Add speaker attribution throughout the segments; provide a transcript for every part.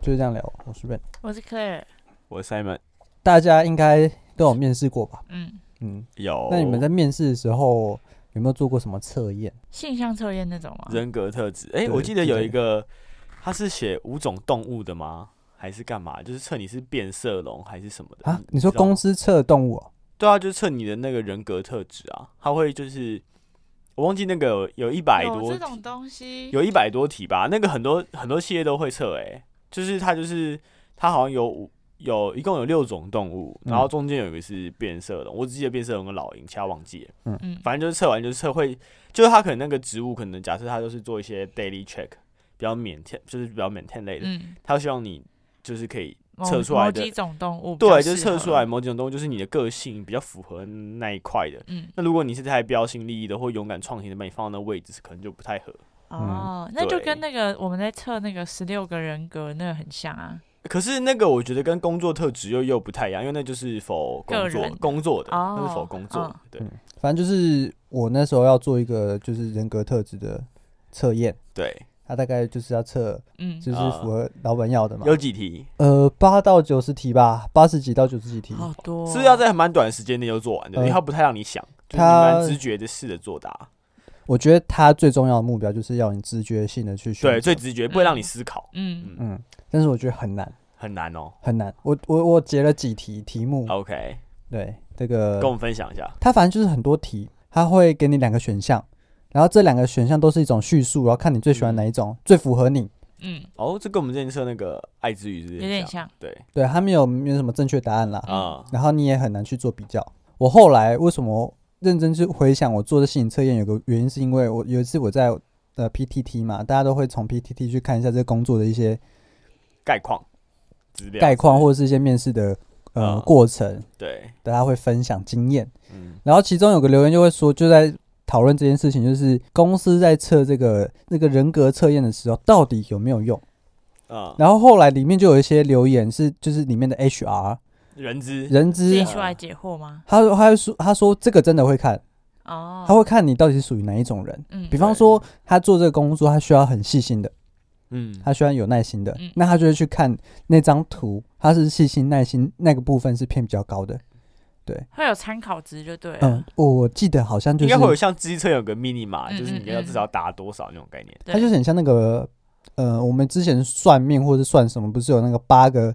Speaker 1: 就这样聊。我是 Ben，
Speaker 2: 我是 Claire，
Speaker 3: 我是 Simon
Speaker 1: 大家应该都有面试过吧？
Speaker 2: 嗯，
Speaker 1: 嗯，
Speaker 3: 有。
Speaker 1: 那你们在面试的时候有没有做过什么测验？
Speaker 2: 性向测验那种吗？
Speaker 3: 人格特质？哎、
Speaker 1: 对
Speaker 3: 我记得
Speaker 1: 之
Speaker 3: 有
Speaker 1: 类
Speaker 3: 一个，他是写五种动物的吗？还是干嘛？就是测你是变色龙还是什么的
Speaker 1: 啊，你说
Speaker 3: 哦知道吗
Speaker 1: 公司测动物、哦，
Speaker 3: 对啊，就是测你的那个人格特质啊。他会就是，我忘记那个有有一百
Speaker 2: 有
Speaker 3: 多
Speaker 2: 这种东西？
Speaker 3: 有一百多题吧，那个很多很多企业都会测，哎，就是它就是它好像有五有一共有六种动物，
Speaker 1: 嗯
Speaker 3: 然后中间有一个是变色龙，我只记得变色龙跟老鹰，其他忘记了。
Speaker 2: 嗯，
Speaker 3: 反正就是测完就是测会，就是它可能那个植物可能假设它就是做一些 daily check，比较免 a 就是比较免 a 类的，
Speaker 2: 嗯，
Speaker 3: 它希望你就是可以
Speaker 2: 某
Speaker 3: 测出来
Speaker 2: 某
Speaker 3: 的
Speaker 2: 几种动物比较
Speaker 3: 对，就是
Speaker 2: 适合
Speaker 3: 测出来。某几种动物就是你的个性比较符合那一块的。
Speaker 2: 嗯，
Speaker 3: 那如果你是太标新立异的或勇敢创新的，把你放到那位置可能就不太合。
Speaker 1: 嗯
Speaker 2: 哦，那就
Speaker 3: 对
Speaker 2: 跟那个我们在测那个十六个人格那个很像啊。
Speaker 3: 可是那个我觉得跟工作特质又又不太一样，因为那就是否
Speaker 2: 个
Speaker 3: 工作
Speaker 2: 人
Speaker 3: 工作的，
Speaker 2: 哦
Speaker 3: 那是否工作的，对
Speaker 1: 嗯反正就是我那时候要做一个就是人格特质的测验，
Speaker 3: 对。
Speaker 1: 它大概就是要测
Speaker 2: 嗯，
Speaker 1: 就是符合老板要的嘛。
Speaker 3: 啊有几题
Speaker 1: 呃，八到九十题吧，八十几到九十几题。
Speaker 2: 好多哦。
Speaker 3: 是不是要在蛮短的时间内就做完的，
Speaker 1: 呃
Speaker 3: 因为它不太让你想，就是你
Speaker 1: 它
Speaker 3: 蛮直觉的试着作答。
Speaker 1: 我觉得它最重要的目标就是要你直觉性的去选。
Speaker 3: 对，最直觉，不会让你思考，
Speaker 2: 嗯
Speaker 3: 嗯，
Speaker 1: 嗯，但是我觉得很难
Speaker 3: 很难哦。
Speaker 1: 很难。我我我截了几题题目，
Speaker 3: OK，
Speaker 1: 对这个
Speaker 3: 跟我们分享一下。
Speaker 1: 它反正就是很多题，它会给你两个选项，然后这两个选项都是一种叙述，然后看你最喜欢哪一种，最符合你。
Speaker 2: 嗯，
Speaker 3: 哦，这跟我们之前测那个爱之语是
Speaker 2: 有点
Speaker 3: 像，
Speaker 2: 像。嗯
Speaker 3: 对
Speaker 1: 对，它没有没有什么正确答案啦，
Speaker 3: 啊，
Speaker 1: 然后你也很难去做比较。我后来为什么认真去回想我做的心理测验，有个原因是因为我有一次我在呃 PTT 嘛，大家都会从 PTT 去看一下这个工作的一些
Speaker 3: 概况资料，
Speaker 1: 概况或者是一些面试的呃
Speaker 3: 嗯
Speaker 1: 过程，
Speaker 3: 对，
Speaker 1: 大家会分享经验。
Speaker 3: 嗯，
Speaker 1: 然后其中有个留言就会说，就在讨论这件事情，就是公司在测这个那个人格测验的时候，到底有没有用？
Speaker 3: 啊，
Speaker 1: 然后后来里面就有一些留言是，就是里面的 HR
Speaker 3: 人资，
Speaker 1: 人
Speaker 2: 自己
Speaker 1: 资，
Speaker 2: 出来解惑吗？
Speaker 1: 他说他说他说这个真的会看，
Speaker 2: 哦，
Speaker 1: 他会看你到底是属于哪一种人。
Speaker 2: 嗯
Speaker 1: 比方说，他做这个工作，他需要很细心的，
Speaker 3: 嗯，
Speaker 1: 他需要有耐心的
Speaker 2: 嗯，
Speaker 1: 那他就会去看那张图，他是细心耐心那个部分是偏比较高的。
Speaker 2: 会有参考值就对啊
Speaker 1: 嗯
Speaker 2: 了。，
Speaker 1: 我记得好像就
Speaker 3: 应
Speaker 1: 是
Speaker 3: 该会有像机车有个 mini 嘛，
Speaker 2: 嗯
Speaker 3: 就是你要至少打多少那种概念，
Speaker 2: 对
Speaker 1: 它就是很像那个呃，我们之前算命或者算什么，不是有那个八个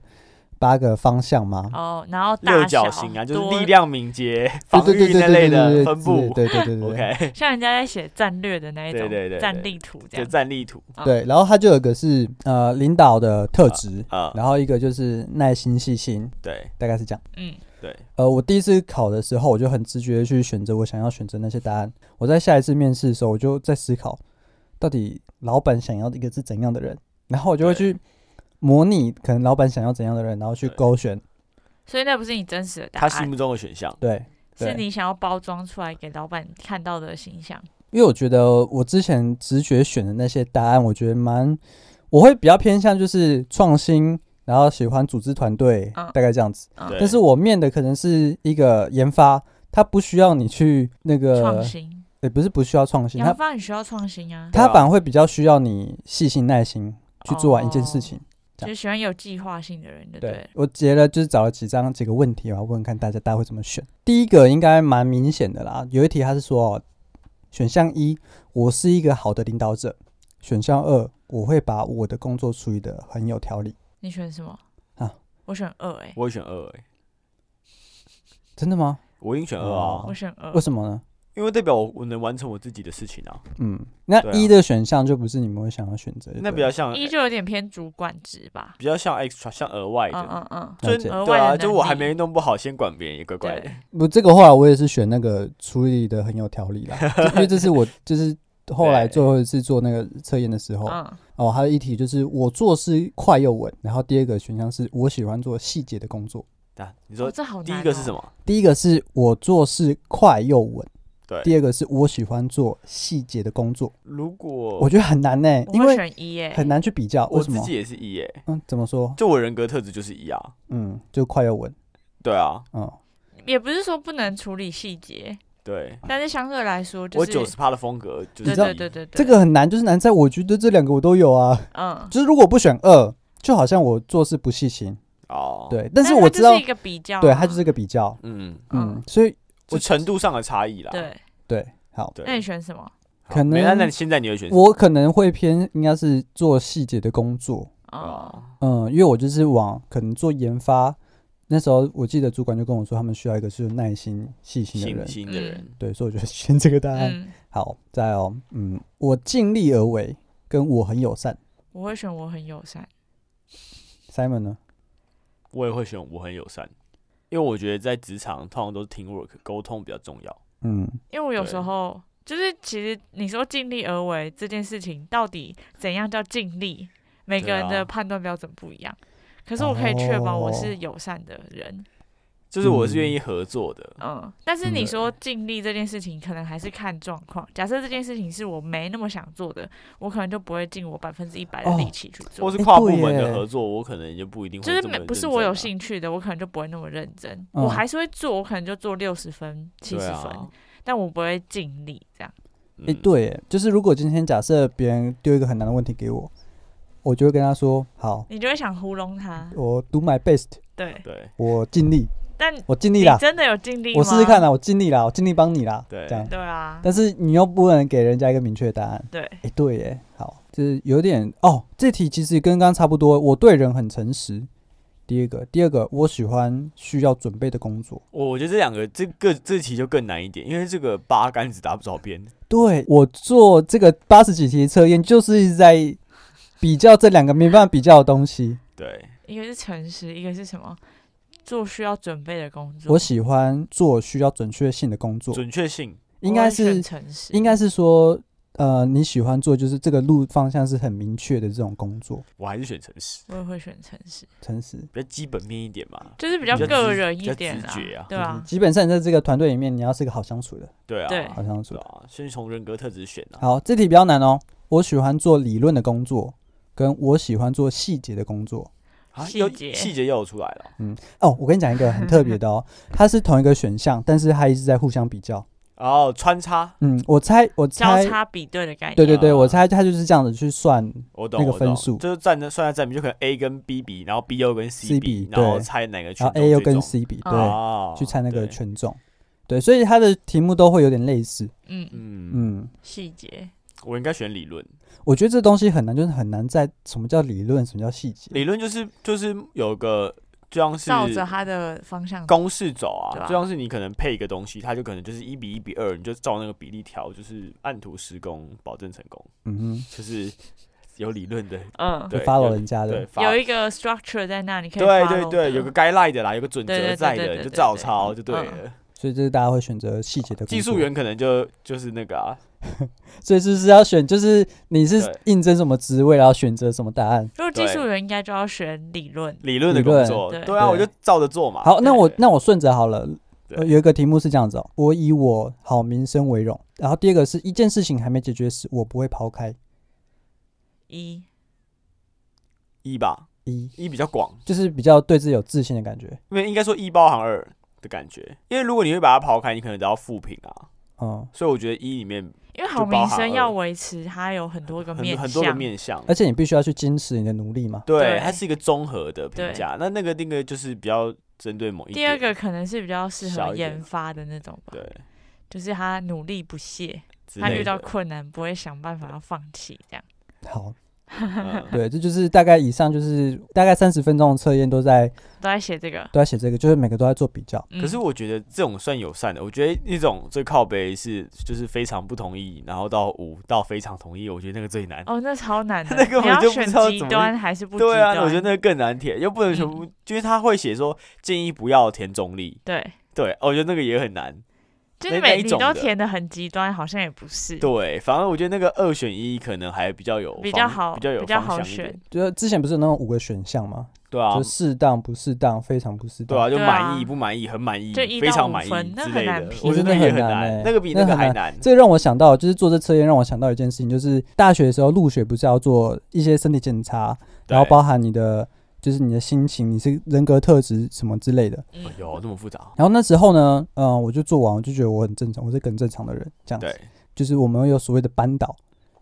Speaker 1: 八个方向吗？
Speaker 2: 哦，然后大
Speaker 3: 六
Speaker 2: 小
Speaker 3: 角形啊，就是
Speaker 2: 多
Speaker 3: 力量、敏捷、
Speaker 1: 对
Speaker 3: 防
Speaker 1: 对
Speaker 3: 御
Speaker 1: 对对
Speaker 3: 那
Speaker 1: 对
Speaker 3: 类
Speaker 1: 对
Speaker 3: 的
Speaker 1: 对
Speaker 3: 分布。
Speaker 1: 对对对对对
Speaker 3: OK，
Speaker 2: 像人家在写战略的那一种
Speaker 3: 对对对
Speaker 2: 战
Speaker 3: 对
Speaker 2: 力图这
Speaker 3: 就
Speaker 2: 样。
Speaker 3: 战力图
Speaker 1: 对。然后它就有一个是呃领导的特质，
Speaker 3: 啊，
Speaker 1: 然后一个就是耐心细心，
Speaker 3: 对
Speaker 1: 大概是这样。
Speaker 2: 嗯，
Speaker 3: 对，
Speaker 1: 呃，我第一次考的时候，我就很直觉的去选择我想要选择那些答案。我在下一次面试的时候，我就在思考，到底老板想要一个是怎样的人，然后我就会
Speaker 3: 对
Speaker 1: 去模拟可能老板想要怎样的人，然后去
Speaker 3: 对
Speaker 1: 勾选。
Speaker 2: 所以那不是你真实的答
Speaker 3: 他心
Speaker 2: 案，
Speaker 3: 目中的选项，
Speaker 1: 对，对
Speaker 2: 是你想要包装出来给老板看到的形象。
Speaker 1: 因为我觉得我之前直觉选的那些答案，我觉得蛮，我会比较偏向就是创新，然后喜欢组织团队，
Speaker 2: 嗯
Speaker 1: 大概这样子。
Speaker 2: 嗯
Speaker 3: 对
Speaker 1: 但是我面的可能是一个研发，它不需要你去那
Speaker 2: 创
Speaker 1: 个，
Speaker 2: 新，
Speaker 1: 也不是不需要创新，
Speaker 2: 研
Speaker 1: 它
Speaker 2: 发很需要创新啊，
Speaker 1: 它
Speaker 3: 对啊
Speaker 1: 反而会比较需要你细心耐心去做完一件事情。这样
Speaker 2: 哦就喜欢有计划性的人，对不
Speaker 1: 对
Speaker 2: 对？
Speaker 1: 我截了就是找了几张几个问题，我要问问看大家大家会怎么选。第一个应该蛮明显的啦，有一题他是说哦，选项一，我是一个好的领导者；选项二，我会把我的工作处理的很有条理。
Speaker 2: 你选什么
Speaker 1: 啊？
Speaker 2: 我选二，哎，
Speaker 3: 我会选二，哎，
Speaker 1: 真的吗？
Speaker 3: 我一定选二
Speaker 1: 哦
Speaker 3: 啊
Speaker 2: 我，选二
Speaker 1: 为，什么呢？
Speaker 3: 因为代表我我能完成我自己的事情啊，
Speaker 1: 嗯，那
Speaker 3: 对啊
Speaker 1: 一的选项就不是你们会想要选择的，
Speaker 3: 那比较 像
Speaker 2: 一就有点偏主管职吧。
Speaker 3: 比较像 extra 像额外
Speaker 2: 嗯
Speaker 3: 的，
Speaker 2: 嗯嗯，
Speaker 3: 就
Speaker 1: 了
Speaker 3: 是
Speaker 1: 解
Speaker 2: 额
Speaker 3: 对
Speaker 2: 外的
Speaker 3: 啊，
Speaker 2: 能
Speaker 3: 就我还
Speaker 2: 力
Speaker 3: 没弄不好，先管别人也怪怪的
Speaker 2: 对。
Speaker 1: 不，这个后来我也是选那个处理的很有条理啦，就因为这是我就是后来
Speaker 3: 对
Speaker 1: 最后一次做那个测验的时候，
Speaker 2: 嗯，
Speaker 1: 哦，还有一题就是我做事快又稳，然后第二个选项是我喜欢做细节的工作。
Speaker 3: 啊，你
Speaker 2: 哦
Speaker 3: 说
Speaker 2: 这好难哦。
Speaker 3: 第一个是什么？
Speaker 1: 第一个是我做事快又稳，
Speaker 3: 对
Speaker 1: 第二个是我喜欢做细节的工作。
Speaker 3: 如果
Speaker 1: 我觉得很难呢、
Speaker 2: 我
Speaker 1: 因
Speaker 2: 会
Speaker 1: 为
Speaker 2: 选一，哎，
Speaker 1: 很难去比较。为
Speaker 3: 哦我
Speaker 1: 什
Speaker 3: 自
Speaker 1: 么
Speaker 3: 己？也是 E 耶，
Speaker 1: 嗯，怎么说？
Speaker 3: 就我人格特质就是 E 啊，
Speaker 1: 嗯，就快又稳。
Speaker 3: 对啊，
Speaker 1: 嗯，
Speaker 2: 也不是说不能处理细节，
Speaker 3: 对，
Speaker 1: 啊
Speaker 2: 但是相对来说，就
Speaker 3: 我
Speaker 2: 是
Speaker 3: 九十趴的风格就
Speaker 2: 对
Speaker 3: 是 E
Speaker 2: 对对对对，
Speaker 1: 这个很难，就是难在我觉得这两个我都有啊。
Speaker 2: 嗯，
Speaker 1: 就是如果我不选二，就好像我做事不细心，
Speaker 3: 哦，，
Speaker 1: 对，但是
Speaker 2: 它
Speaker 1: 我知
Speaker 2: 就
Speaker 1: 道
Speaker 2: 是一，个比较嘛，
Speaker 1: 对，它就是个比较，
Speaker 3: 嗯，
Speaker 1: 嗯
Speaker 2: 嗯，
Speaker 1: 所以
Speaker 3: 就程度上的差异啦。
Speaker 1: 啊
Speaker 2: 对。
Speaker 1: 对，好，
Speaker 3: 对，
Speaker 2: 那你选什么？
Speaker 3: 好
Speaker 1: 可能
Speaker 3: 没那那你现在你会选什么？
Speaker 1: 我可能会偏应该是做细节的工作，
Speaker 2: 哦，
Speaker 1: 嗯，因为我就是往可能做研发，那时候我记得主管就跟我说，他们需要一个是有耐心、细心的
Speaker 3: 新
Speaker 1: 人，
Speaker 3: 新的
Speaker 2: 嗯
Speaker 3: 人，
Speaker 1: 对，所以我就 选这个答案。
Speaker 2: 嗯，
Speaker 1: 好，再来哦，嗯，我尽力而为，跟我很友善。
Speaker 2: 我会选我很友善。
Speaker 1: Simon 呢？
Speaker 3: 我也会选我很友善，因为我觉得在职场通常都是 teamwork 沟通比较重要。
Speaker 1: 嗯，
Speaker 2: 因为我有时
Speaker 3: 对
Speaker 2: 候就是，其实你说尽力而为这件事情，到底怎样叫尽力？每个
Speaker 3: 对
Speaker 2: 人
Speaker 3: 啊
Speaker 2: 的判断标准不一样。可是我可以确保我
Speaker 1: 哦
Speaker 2: 是友善的人，
Speaker 3: 就是我是愿
Speaker 1: 嗯
Speaker 3: 意合作的，
Speaker 2: 嗯。但是你
Speaker 1: 嗯
Speaker 2: 说尽力这件事情，可能还是看状况。假设这件事情是我没那么想做的，我可能就不会尽我百分之一百的
Speaker 1: 哦
Speaker 2: 力气去做。
Speaker 3: 或是
Speaker 1: 哎
Speaker 3: 跨部
Speaker 1: 对
Speaker 3: 门
Speaker 1: 耶
Speaker 3: 的合作，我可能就不一定会
Speaker 2: 就是
Speaker 3: 这么
Speaker 2: 没
Speaker 3: 认
Speaker 2: 不是
Speaker 3: 真
Speaker 2: 我有
Speaker 3: 啊
Speaker 2: 兴趣的，我可能就不会那么认真。
Speaker 1: 嗯
Speaker 2: 我还是会做，我可能就做六十分、七
Speaker 3: 对
Speaker 2: 十
Speaker 3: 啊
Speaker 2: 分，但我不会尽力这样。
Speaker 3: 嗯
Speaker 1: 哎、对耶，就是如果今天假设别人丢一个很难的问题给我，我就会跟他说：“好，
Speaker 2: 你就会想糊弄他，
Speaker 1: 我 do my best，
Speaker 2: 对。
Speaker 3: 对
Speaker 1: 我尽力，
Speaker 2: 但你
Speaker 1: 我尽力啦，
Speaker 2: 真的有尽力吗？
Speaker 1: 我试试看啦，我尽力啦，我尽力帮你啦。”
Speaker 3: 对
Speaker 1: 这样。
Speaker 2: 对啊，
Speaker 1: 但是你又不能给人家一个明确的答案。
Speaker 2: 对，
Speaker 1: 哎、对耶，好，就是有点哦。这题其实跟刚刚差不多，我对人很诚实。第一个，第二个，我喜欢需要准备的工作。
Speaker 3: 我我觉得这两个这个这题就更难一点，因为这个八竿子打不着边。
Speaker 1: 对我做这个八十几题测验，就是一直在比较这两个没办法比较的东西。
Speaker 3: 对，
Speaker 2: 一个是诚实，一个是什么？做需要准备的工作。
Speaker 1: 我喜欢做需要准确性的工作，
Speaker 3: 准确性
Speaker 1: 应该
Speaker 2: 我会选
Speaker 1: 是
Speaker 2: 诚实，
Speaker 1: 应该是说，呃，你喜欢做就是这个路方向是很明确的这种工作，
Speaker 3: 我还是选诚实，
Speaker 2: 我也会选诚实，
Speaker 1: 诚实。
Speaker 3: 比较基本面一点嘛。
Speaker 2: 就是比较
Speaker 3: 比较
Speaker 2: 个
Speaker 3: 直
Speaker 2: 人
Speaker 3: 比
Speaker 2: 一
Speaker 3: 较
Speaker 2: 点
Speaker 3: 直觉啊
Speaker 2: 对
Speaker 1: 就是
Speaker 2: 啊，
Speaker 1: 基本上你在这个团队里面，你要是个好相处的，
Speaker 3: 对啊，
Speaker 2: 对
Speaker 1: 好相处
Speaker 3: 对
Speaker 1: 的。
Speaker 3: 啊，先从人格特质选啊。
Speaker 1: 好，这题比较难哦。我喜欢做理论的工作，跟我喜欢做细节的工作。
Speaker 3: 啊，
Speaker 2: 细
Speaker 3: 又
Speaker 2: 节
Speaker 3: 细节又有出来了
Speaker 1: 哦，我跟你讲一个很特别的 哦，它是同一个选项，但是它一直在互相比较。
Speaker 3: 哦，穿插，
Speaker 1: 嗯，我猜，我
Speaker 2: 交
Speaker 1: 猜，
Speaker 2: 叉嗯比对的概念。
Speaker 1: 对对对，
Speaker 3: 啊
Speaker 1: 我猜它就是这样子去算。
Speaker 3: 我懂
Speaker 1: 那个
Speaker 3: 我懂
Speaker 1: 分数
Speaker 3: 就是站在算在占比，就可能 A 跟 B 比，然后 B 又跟
Speaker 1: C 比
Speaker 3: 比，然后
Speaker 1: 对
Speaker 3: 猜哪个群
Speaker 1: 然
Speaker 3: 众
Speaker 1: 后
Speaker 3: 最
Speaker 1: A 又
Speaker 3: 重
Speaker 1: 跟 C 比，对，
Speaker 3: 哦
Speaker 1: 去猜那个
Speaker 3: 对
Speaker 1: 权重，对，所以它的题目都会有点类似。
Speaker 2: 嗯，
Speaker 3: 嗯，
Speaker 1: 嗯，
Speaker 2: 细节
Speaker 3: 我应该选理论，
Speaker 1: 我觉得这东西很难，就是很难在什么叫理论，什么叫细节。
Speaker 3: 理论就是就是有个就像是
Speaker 2: 照着它的方向
Speaker 3: 公式走啊，
Speaker 2: 对啊
Speaker 3: 就像是你可能配一个东西，它就可能就是一比一比二，你就照那个比例调，就是按图施工，保证成功，
Speaker 1: 嗯
Speaker 3: 就是有理论的，
Speaker 2: 嗯，
Speaker 1: 哼，
Speaker 3: 对
Speaker 1: 就 follow
Speaker 3: 有
Speaker 1: 人家
Speaker 3: 对
Speaker 1: 的。
Speaker 3: 发
Speaker 2: 有一个 structure 在那，你可以
Speaker 3: 对
Speaker 2: follow
Speaker 3: 对对，
Speaker 2: 的
Speaker 3: 有个该赖的啦，有个准
Speaker 2: 对对对
Speaker 3: 则在
Speaker 2: 对
Speaker 3: 的，
Speaker 2: 对
Speaker 3: 你
Speaker 2: 对
Speaker 3: 就
Speaker 2: 对
Speaker 3: 照
Speaker 2: 对
Speaker 3: 抄就对
Speaker 2: 嗯
Speaker 3: 了。
Speaker 1: 所以这是大家会选择细节的工作
Speaker 3: 技术，员可能就就是那个啊，
Speaker 1: 所以就是要选，就是你是
Speaker 3: 对
Speaker 1: 应征什么职位，然后选择什么答案。
Speaker 2: 如果技术
Speaker 3: 对
Speaker 2: 员应该就要选理论，
Speaker 3: 理论的
Speaker 1: 理论
Speaker 3: 工作，
Speaker 2: 对
Speaker 3: 对啊，我
Speaker 1: 对
Speaker 3: 就照着做嘛。
Speaker 1: 好，那我
Speaker 3: 对
Speaker 1: 那我顺着好了。呃
Speaker 3: 对
Speaker 1: 有一个题目是这样子哦，我以我好名声为荣。然后第二个是一件事情还没解决时，我不会抛开。
Speaker 2: 一
Speaker 3: 一吧，
Speaker 1: 一
Speaker 3: 一比较广，
Speaker 1: 就是比较对自己有自信的感觉。
Speaker 3: 因为应该说一包含二的感觉，因为如果你会把它刨开，你可能得到负评啊，
Speaker 1: 嗯，
Speaker 3: 所以我觉得一里面
Speaker 2: 因为好
Speaker 3: 就包
Speaker 2: 名
Speaker 3: 含
Speaker 2: 声
Speaker 3: 了
Speaker 2: 要维持，它有很多个面向，
Speaker 3: 很很多个面向，
Speaker 1: 而且你必须要去坚持你的努力嘛。
Speaker 3: 对
Speaker 2: 对，
Speaker 3: 它是一个综合的评
Speaker 2: 对
Speaker 3: 价。那那个那个就是比较针对某一
Speaker 2: 第二个
Speaker 3: 点
Speaker 2: 可能是比较适
Speaker 3: 小
Speaker 2: 合
Speaker 3: 一点
Speaker 2: 研发的那种吧，
Speaker 3: 对
Speaker 2: 就是他努力不懈，
Speaker 3: 之
Speaker 2: 他遇
Speaker 3: 类
Speaker 2: 到
Speaker 3: 的，
Speaker 2: 困难不会想办法要放弃，这样
Speaker 1: 好，
Speaker 3: 嗯
Speaker 1: 对，这就是大概以上就是大概三十分钟的测验都在
Speaker 2: 都在写这个。
Speaker 1: 都在写这个，就是每个都在做比较。
Speaker 2: 嗯
Speaker 3: 可是我觉得这种算友善的，我觉得那种最靠背是就是非常不同意，然后到五到非常同意，我觉得那个最难。
Speaker 2: 哦，那超难的，
Speaker 3: 那根
Speaker 2: 你
Speaker 3: 本
Speaker 2: 要
Speaker 3: 就不
Speaker 2: 选
Speaker 3: 知道
Speaker 2: 极
Speaker 3: 怎么
Speaker 2: 端还是不嗯极
Speaker 3: 对啊
Speaker 2: 端？，
Speaker 3: 我觉得那个更难填，又不能全部，就是他会写说建议不要填中立，
Speaker 2: 对，
Speaker 3: 对，哦我觉得那个也很难。
Speaker 2: 就是
Speaker 3: 那那
Speaker 2: 每
Speaker 3: 一
Speaker 2: 你
Speaker 3: 种
Speaker 2: 都
Speaker 3: 的
Speaker 2: 填的很极端，好像也不是，
Speaker 3: 对，反而我觉得那个二选一可能还比较有
Speaker 2: 比较
Speaker 3: 方
Speaker 2: 好，
Speaker 3: 比较有
Speaker 2: 比较好
Speaker 3: 方向一点
Speaker 2: 选。。
Speaker 1: 就是之前不是有那种五个选项吗？
Speaker 3: 对啊
Speaker 1: 就，适当、不适当、非常不适
Speaker 3: 对
Speaker 1: 当。
Speaker 3: 啊，就
Speaker 2: 对
Speaker 3: 满
Speaker 2: 啊
Speaker 3: 意不满意，很满意，
Speaker 2: 就一
Speaker 3: 非
Speaker 2: 到
Speaker 3: 常
Speaker 2: 五
Speaker 3: 满意
Speaker 2: 分那
Speaker 3: 之
Speaker 2: 很
Speaker 3: 类
Speaker 2: 难
Speaker 3: 的，
Speaker 2: 评啊
Speaker 3: 我觉
Speaker 1: 真的
Speaker 3: 得那个也
Speaker 1: 很
Speaker 3: 很
Speaker 1: 难欸
Speaker 3: 难，那个比
Speaker 1: 那
Speaker 3: 那个
Speaker 1: 很
Speaker 3: 还
Speaker 1: 难
Speaker 3: 难。
Speaker 1: 这让我想到，就是做这测验让我想到一件事情，就是大学的时候入学不是要做一些身体检查，然后
Speaker 3: 对
Speaker 1: 包含你的就是你的心情、你是人格特质什么之类的。
Speaker 2: 嗯
Speaker 3: 哎，呦，那么复杂。
Speaker 1: 然后那时候呢，嗯、
Speaker 2: 嗯
Speaker 1: 我就做完，我就觉得我很正常，我是个很正常的人，这样子。
Speaker 3: 对，
Speaker 1: 就是我们有所谓的班导，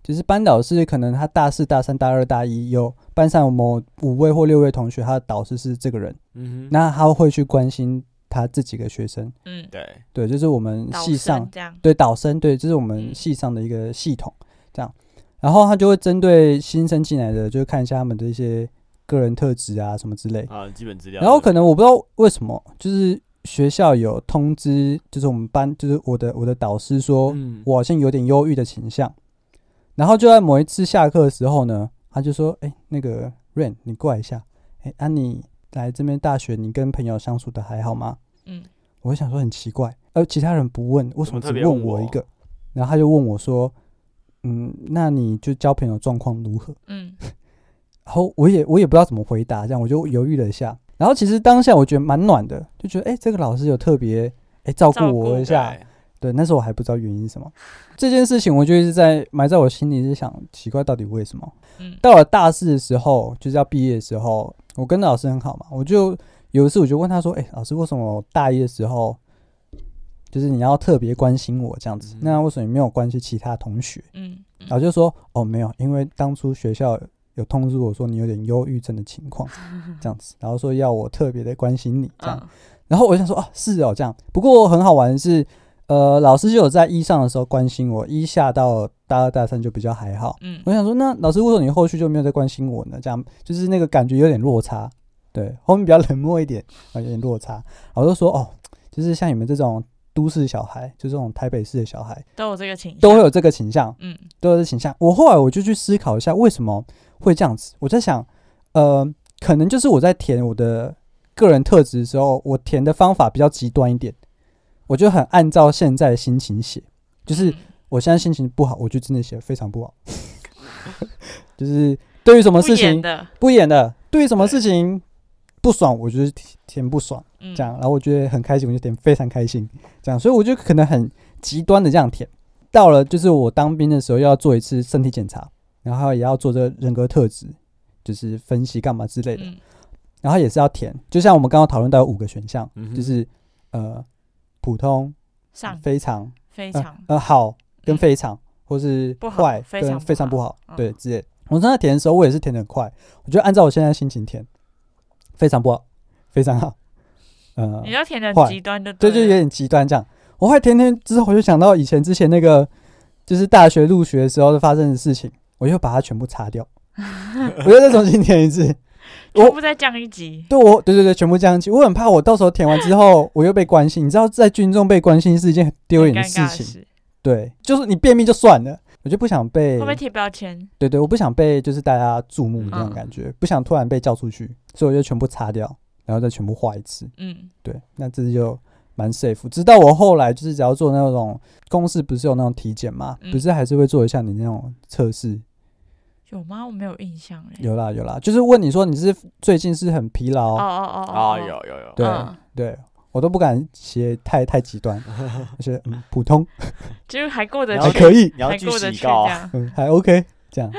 Speaker 1: 只是班导师可能他大四、大三、大二、大一有班上有某五位或六位同学，他的导师是这个人，
Speaker 3: 嗯哼，
Speaker 1: 那他会去关心他这几个学生。
Speaker 2: 嗯，
Speaker 3: 对，
Speaker 1: 对，这、是我们
Speaker 2: 导
Speaker 1: 系上
Speaker 2: 生这样，
Speaker 1: 对导生，对，这是我们
Speaker 2: 嗯
Speaker 1: 系上的一个系统，这样。然后他就会针对新生进来的，就看一下他们的一些个人特质啊什么之类。
Speaker 3: 啊，基本资料。
Speaker 1: 然后可能我不知道为什么，就是学校有通知，就是我们班，就是我的我的导师说，
Speaker 3: 嗯，
Speaker 1: 我好像有点忧郁的倾向。然后就在某一次下课的时候呢，他就说：“哎、那个 Rain，你过来一下。哎、啊，你来这边大学，你跟朋友相处的还好吗？”
Speaker 2: 嗯，
Speaker 1: 我就想说很奇怪，呃，其他人不问，为什
Speaker 3: 怎么
Speaker 1: 只
Speaker 3: 特别
Speaker 1: 问
Speaker 3: 问
Speaker 1: 我一
Speaker 3: 我
Speaker 1: 个？然后他就问我说：“嗯，那你就交朋友状况如何？”
Speaker 2: 嗯，
Speaker 1: 然后我也我也不知道怎么回答，这样我就犹豫了一下。然后其实当下我觉得蛮暖的，就觉得哎、诶这个老师有特别哎照顾
Speaker 2: 照顾
Speaker 1: 我一
Speaker 3: 对
Speaker 1: 下。对，那时候我还不知道原因是什么。这件事情我就一直在埋在我心里，是想奇怪到底为什么。
Speaker 2: 嗯
Speaker 1: 到了大四的时候，就是要毕业的时候，我跟老师很好嘛，我就有一次我就问他说：“哎、老师，为什么我大一的时候，就是你要特别关心我这样子？
Speaker 3: 嗯
Speaker 1: 那为什么你没有关心其他同学？”
Speaker 2: 嗯，嗯
Speaker 1: 然后就说哦没有，因为当初学校有通知我说你有点忧郁症的情况，这样子，然后说要我特别的关心你这样。
Speaker 2: 嗯
Speaker 1: 然后我就想说哦是哦这样，不过很好玩的是，呃老师就有在一上的时候关心我，一下到大二大三就比较还好。
Speaker 2: 嗯
Speaker 1: 我想说那老师为什么你后续就没有再关心我呢？这样就是那个感觉有点落差，对，后面比较冷漠一点啊，有点落差。我就说哦，就是像你们这种都市小孩，就这种台北市的小孩，
Speaker 2: 都有这个倾向，
Speaker 1: 都会有这个倾向。
Speaker 2: 嗯
Speaker 1: 都有这倾向。我后来我就去思考一下，为什么会这样子？我在想，呃，可能就是我在填我的个人特质的时候，我填的方法比较极端一点，我就很按照现在的心情写，就是
Speaker 2: 嗯
Speaker 1: 我现在心情不好，我就真的写非常不好， 就是对于什么
Speaker 2: 不
Speaker 1: 事
Speaker 2: 演
Speaker 1: 情
Speaker 2: 的，
Speaker 1: 不演的，对于什么
Speaker 3: 对
Speaker 1: 事情不爽，我就是填填不爽。
Speaker 2: 嗯
Speaker 1: 这样，然后我觉得很开心，我就点非常开心，这样，所以我就可能很极端的这样填。到了就是我当兵的时候，要做一次身体检查，然后也要做这个人格特质，就是分析干嘛之类的，
Speaker 2: 嗯
Speaker 1: 然后也是要填。就像我们刚刚讨论到有五个选项，
Speaker 3: 嗯哼
Speaker 1: 就是呃普通、
Speaker 2: 上
Speaker 1: 非常、
Speaker 2: 非
Speaker 1: 呃
Speaker 2: 常
Speaker 1: 呃好跟
Speaker 2: 嗯
Speaker 1: 非常，或是
Speaker 2: 不好
Speaker 1: 坏
Speaker 2: 非
Speaker 1: 跟
Speaker 2: 常
Speaker 1: 非
Speaker 2: 不
Speaker 1: 常不
Speaker 2: 好
Speaker 1: 好，
Speaker 2: 嗯
Speaker 1: 对之类的。我正在填的时候，我也是填的很快，我就按照我现在的心情填，非常不好，非常好，呃，
Speaker 2: 你要填的
Speaker 1: 坏
Speaker 2: 极端就
Speaker 1: 对，就
Speaker 2: 对
Speaker 1: 有
Speaker 2: 了，
Speaker 1: 点极端这样。我后来天天之后，我就想到以前之前那个，就是大学入学的时候发生的事情，我就把它全部擦 掉，我又再重新填一次。我
Speaker 2: 全部再降一级，
Speaker 1: 对我，对对对，全部降级。我很怕我到时候填完之后，我又被关心。你知道，在军中被关心是一件很丢
Speaker 2: 很
Speaker 1: 脸的
Speaker 2: 尴
Speaker 1: 事
Speaker 2: 尬的
Speaker 1: 情。
Speaker 2: 事，
Speaker 1: 对，就是你便秘就算了，我就不想被
Speaker 2: 会不会贴标签？
Speaker 1: 对对，我不想被就是大家注目这种
Speaker 2: 嗯
Speaker 1: 感觉，不想突然被叫出去，所以我就全部擦掉，然后再全部画一次。
Speaker 2: 嗯
Speaker 1: 对，那这就蛮 safe。直到我后来就是只要做那种公司不是有那种体检嘛，
Speaker 2: 嗯
Speaker 1: 不是还是会做一下你那种测试？
Speaker 2: 有吗？我没有印象嘞。
Speaker 1: 有啦有啦，就是问你说你是最近是很疲劳，
Speaker 2: 哦哦哦
Speaker 3: 啊，
Speaker 2: 哦，
Speaker 3: 有有有，
Speaker 1: 对、
Speaker 2: 嗯
Speaker 1: 对，我都不敢写太太极 端，而且嗯普通
Speaker 2: 就是还过得
Speaker 3: 然
Speaker 1: 还
Speaker 3: 后
Speaker 2: 去，
Speaker 1: 可以，
Speaker 3: 你要
Speaker 2: 还
Speaker 3: 去
Speaker 2: 过得
Speaker 3: 洗
Speaker 2: 去这
Speaker 3: 告啊，
Speaker 2: 样。
Speaker 1: 嗯还 OK 这样，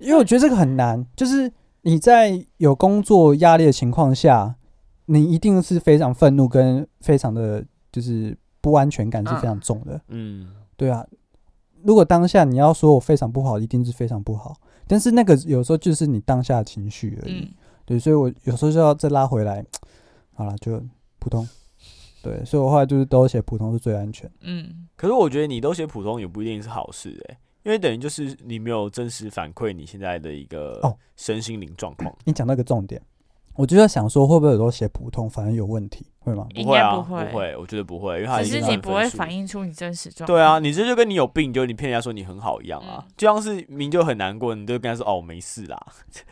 Speaker 1: 因为我觉得这个很难，就是你在有工作压力的情况下，你一定是非常愤怒跟非常的就是不安全感是非常重的。
Speaker 3: 嗯，
Speaker 1: 对啊，如果当下你要说我非常不好，一定是非常不好。但是那个有时候就是你当下的情绪而已。
Speaker 2: 嗯，
Speaker 1: 对，所以我有时候就要再拉回来。好了，就普通。对，所以我后来就是都写普通是最安全。
Speaker 2: 嗯，
Speaker 3: 可是我觉得你都写普通也不一定是好事哎、因为等于就是你没有真实反馈你现在的
Speaker 1: 哦
Speaker 3: 一个身心灵状况。
Speaker 1: 你讲到一个重点，我就在想说，会不会有时候写普通反而有问题，会吗？
Speaker 2: 应
Speaker 3: 不会
Speaker 2: 该
Speaker 3: 啊，
Speaker 2: 不
Speaker 3: 不
Speaker 2: 会
Speaker 3: 会，我觉得不会，因为它
Speaker 2: 只
Speaker 3: 已经
Speaker 2: 是
Speaker 3: 让
Speaker 2: 你不会
Speaker 3: 分数
Speaker 2: 反。映出你真实状况。
Speaker 3: 对啊，，你这就跟你有病，就你骗人家说你很好一样啊
Speaker 2: 嗯，
Speaker 3: 就像是明就很难过，你就跟他说哦我没事啦，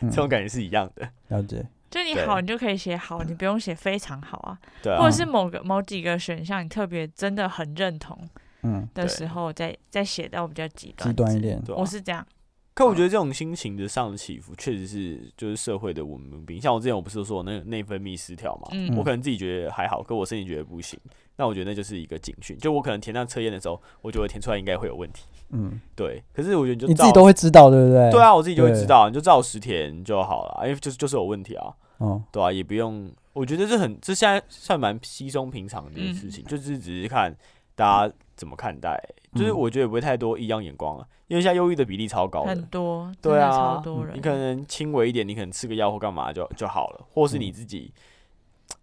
Speaker 1: 嗯
Speaker 3: 这种感觉是一样的。
Speaker 1: 了解。
Speaker 2: 就你
Speaker 3: 对
Speaker 2: 好，你就可以写好，你不用写非常好啊。
Speaker 3: 对
Speaker 2: 或
Speaker 3: 啊
Speaker 2: 者，是某个某几个选项，你特别真的很认同
Speaker 1: 嗯，
Speaker 2: 的
Speaker 3: 对
Speaker 2: 时候，再再写到比较极端
Speaker 1: 极端一
Speaker 2: 值。
Speaker 1: 点。
Speaker 3: 对啊
Speaker 2: 我是这样，
Speaker 3: 可我觉得这种心情的上的起伏，确实是就是社会的文明。像我之前我不是说我那个内分泌失调嘛，
Speaker 2: 嗯
Speaker 3: 我可能自己觉得还好，可我身体觉得不行，那我觉得那就是一个警讯。就我可能填那测验的时候，我觉得填出来应该会有问题，
Speaker 1: 嗯，
Speaker 3: 对。可是我觉得你就
Speaker 1: 你自
Speaker 3: 照
Speaker 1: 己都会知道，对不对？
Speaker 3: 对。啊，我自己就会
Speaker 1: 对
Speaker 3: 知道，你就照实填就好了，因为就是就是有问题啊，
Speaker 1: 哦，
Speaker 3: 对啊，也不用。我觉得这很这现在算蛮稀松平常的一件
Speaker 2: 嗯
Speaker 3: 事情，就是只是看大家怎么看待，就是
Speaker 1: 嗯
Speaker 3: 我觉得也不会太多异样眼光啊，因为现在忧郁的比例超高
Speaker 2: 很
Speaker 3: 的。
Speaker 2: 多，真
Speaker 3: 对
Speaker 2: 的
Speaker 3: 啊
Speaker 2: 超多人。
Speaker 3: 你可能轻微一点，你可能吃个药或干嘛就就好了，或是你
Speaker 1: 嗯
Speaker 3: 自己。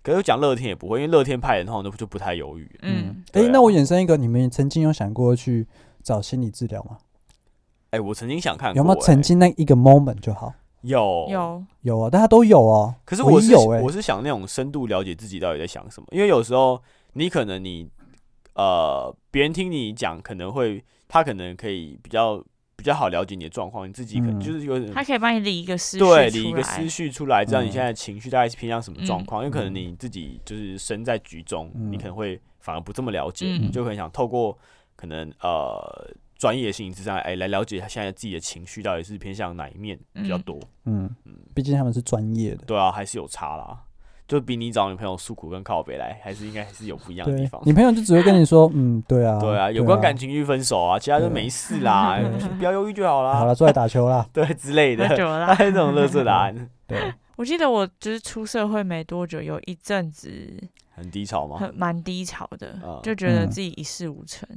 Speaker 3: 可是讲乐天也不会，因为乐天派人通常都就不太犹豫。
Speaker 2: 嗯，
Speaker 1: 哎、
Speaker 3: 对啊
Speaker 1: 那我衍生一个，你们曾经有想过去找心理治疗吗？
Speaker 3: 哎、我曾经想看过、
Speaker 1: 有没有
Speaker 3: 哎
Speaker 1: 曾经那一个 moment 就好？
Speaker 3: 有
Speaker 2: 有
Speaker 1: 有啊，大家都有哦。
Speaker 3: 可是
Speaker 1: 我
Speaker 3: 我
Speaker 1: 也
Speaker 3: 是
Speaker 1: 有哎、
Speaker 3: 我是想那种深度了解自己到底在想什么，因为有时候你可能你呃别人听你讲可能会他可能可以比较比较好了解你的状况，你自己可能
Speaker 1: 嗯
Speaker 3: 就是有点
Speaker 2: 他可以帮你理一个思绪
Speaker 3: 对理一
Speaker 2: 出
Speaker 3: 个
Speaker 2: 来
Speaker 3: 思绪出来，知道你
Speaker 1: 嗯
Speaker 3: 现在的情绪大概是偏向什么状况，因为可能
Speaker 1: 嗯
Speaker 3: 你自己就是身在局中，你
Speaker 1: 嗯
Speaker 3: 可能会反而不这么了解，
Speaker 2: 嗯
Speaker 3: 就很想透过可能呃专业性之上，哎、来了解他现在自己的情绪到底是偏向哪一面比较
Speaker 2: 嗯
Speaker 3: 多。
Speaker 1: 嗯
Speaker 3: 嗯，
Speaker 1: 毕竟他们是专业的。
Speaker 3: 对啊，还是有差啦，就比你找女朋友诉苦跟靠北来，还是应该还是有不一样的地
Speaker 1: 对
Speaker 3: 方，。
Speaker 1: 你朋友就只会跟你说， 嗯，对啊，
Speaker 3: 对啊，有关感情去分手啊，其他就
Speaker 1: 对啊
Speaker 3: 没事 啦，
Speaker 1: 对
Speaker 3: 就不要忧郁就好
Speaker 1: 好
Speaker 3: 啦，。
Speaker 1: 了，出来打球啦
Speaker 3: 对之类的
Speaker 2: 喝，酒了啦。
Speaker 3: 还 有这种乐色答案，
Speaker 1: 对，
Speaker 2: 我记得我就是出社会没多久，有一阵子
Speaker 3: 很低潮吗？
Speaker 2: 很蛮低潮的，
Speaker 3: 啊嗯
Speaker 2: 就觉得
Speaker 1: 嗯
Speaker 2: 自己一事无成，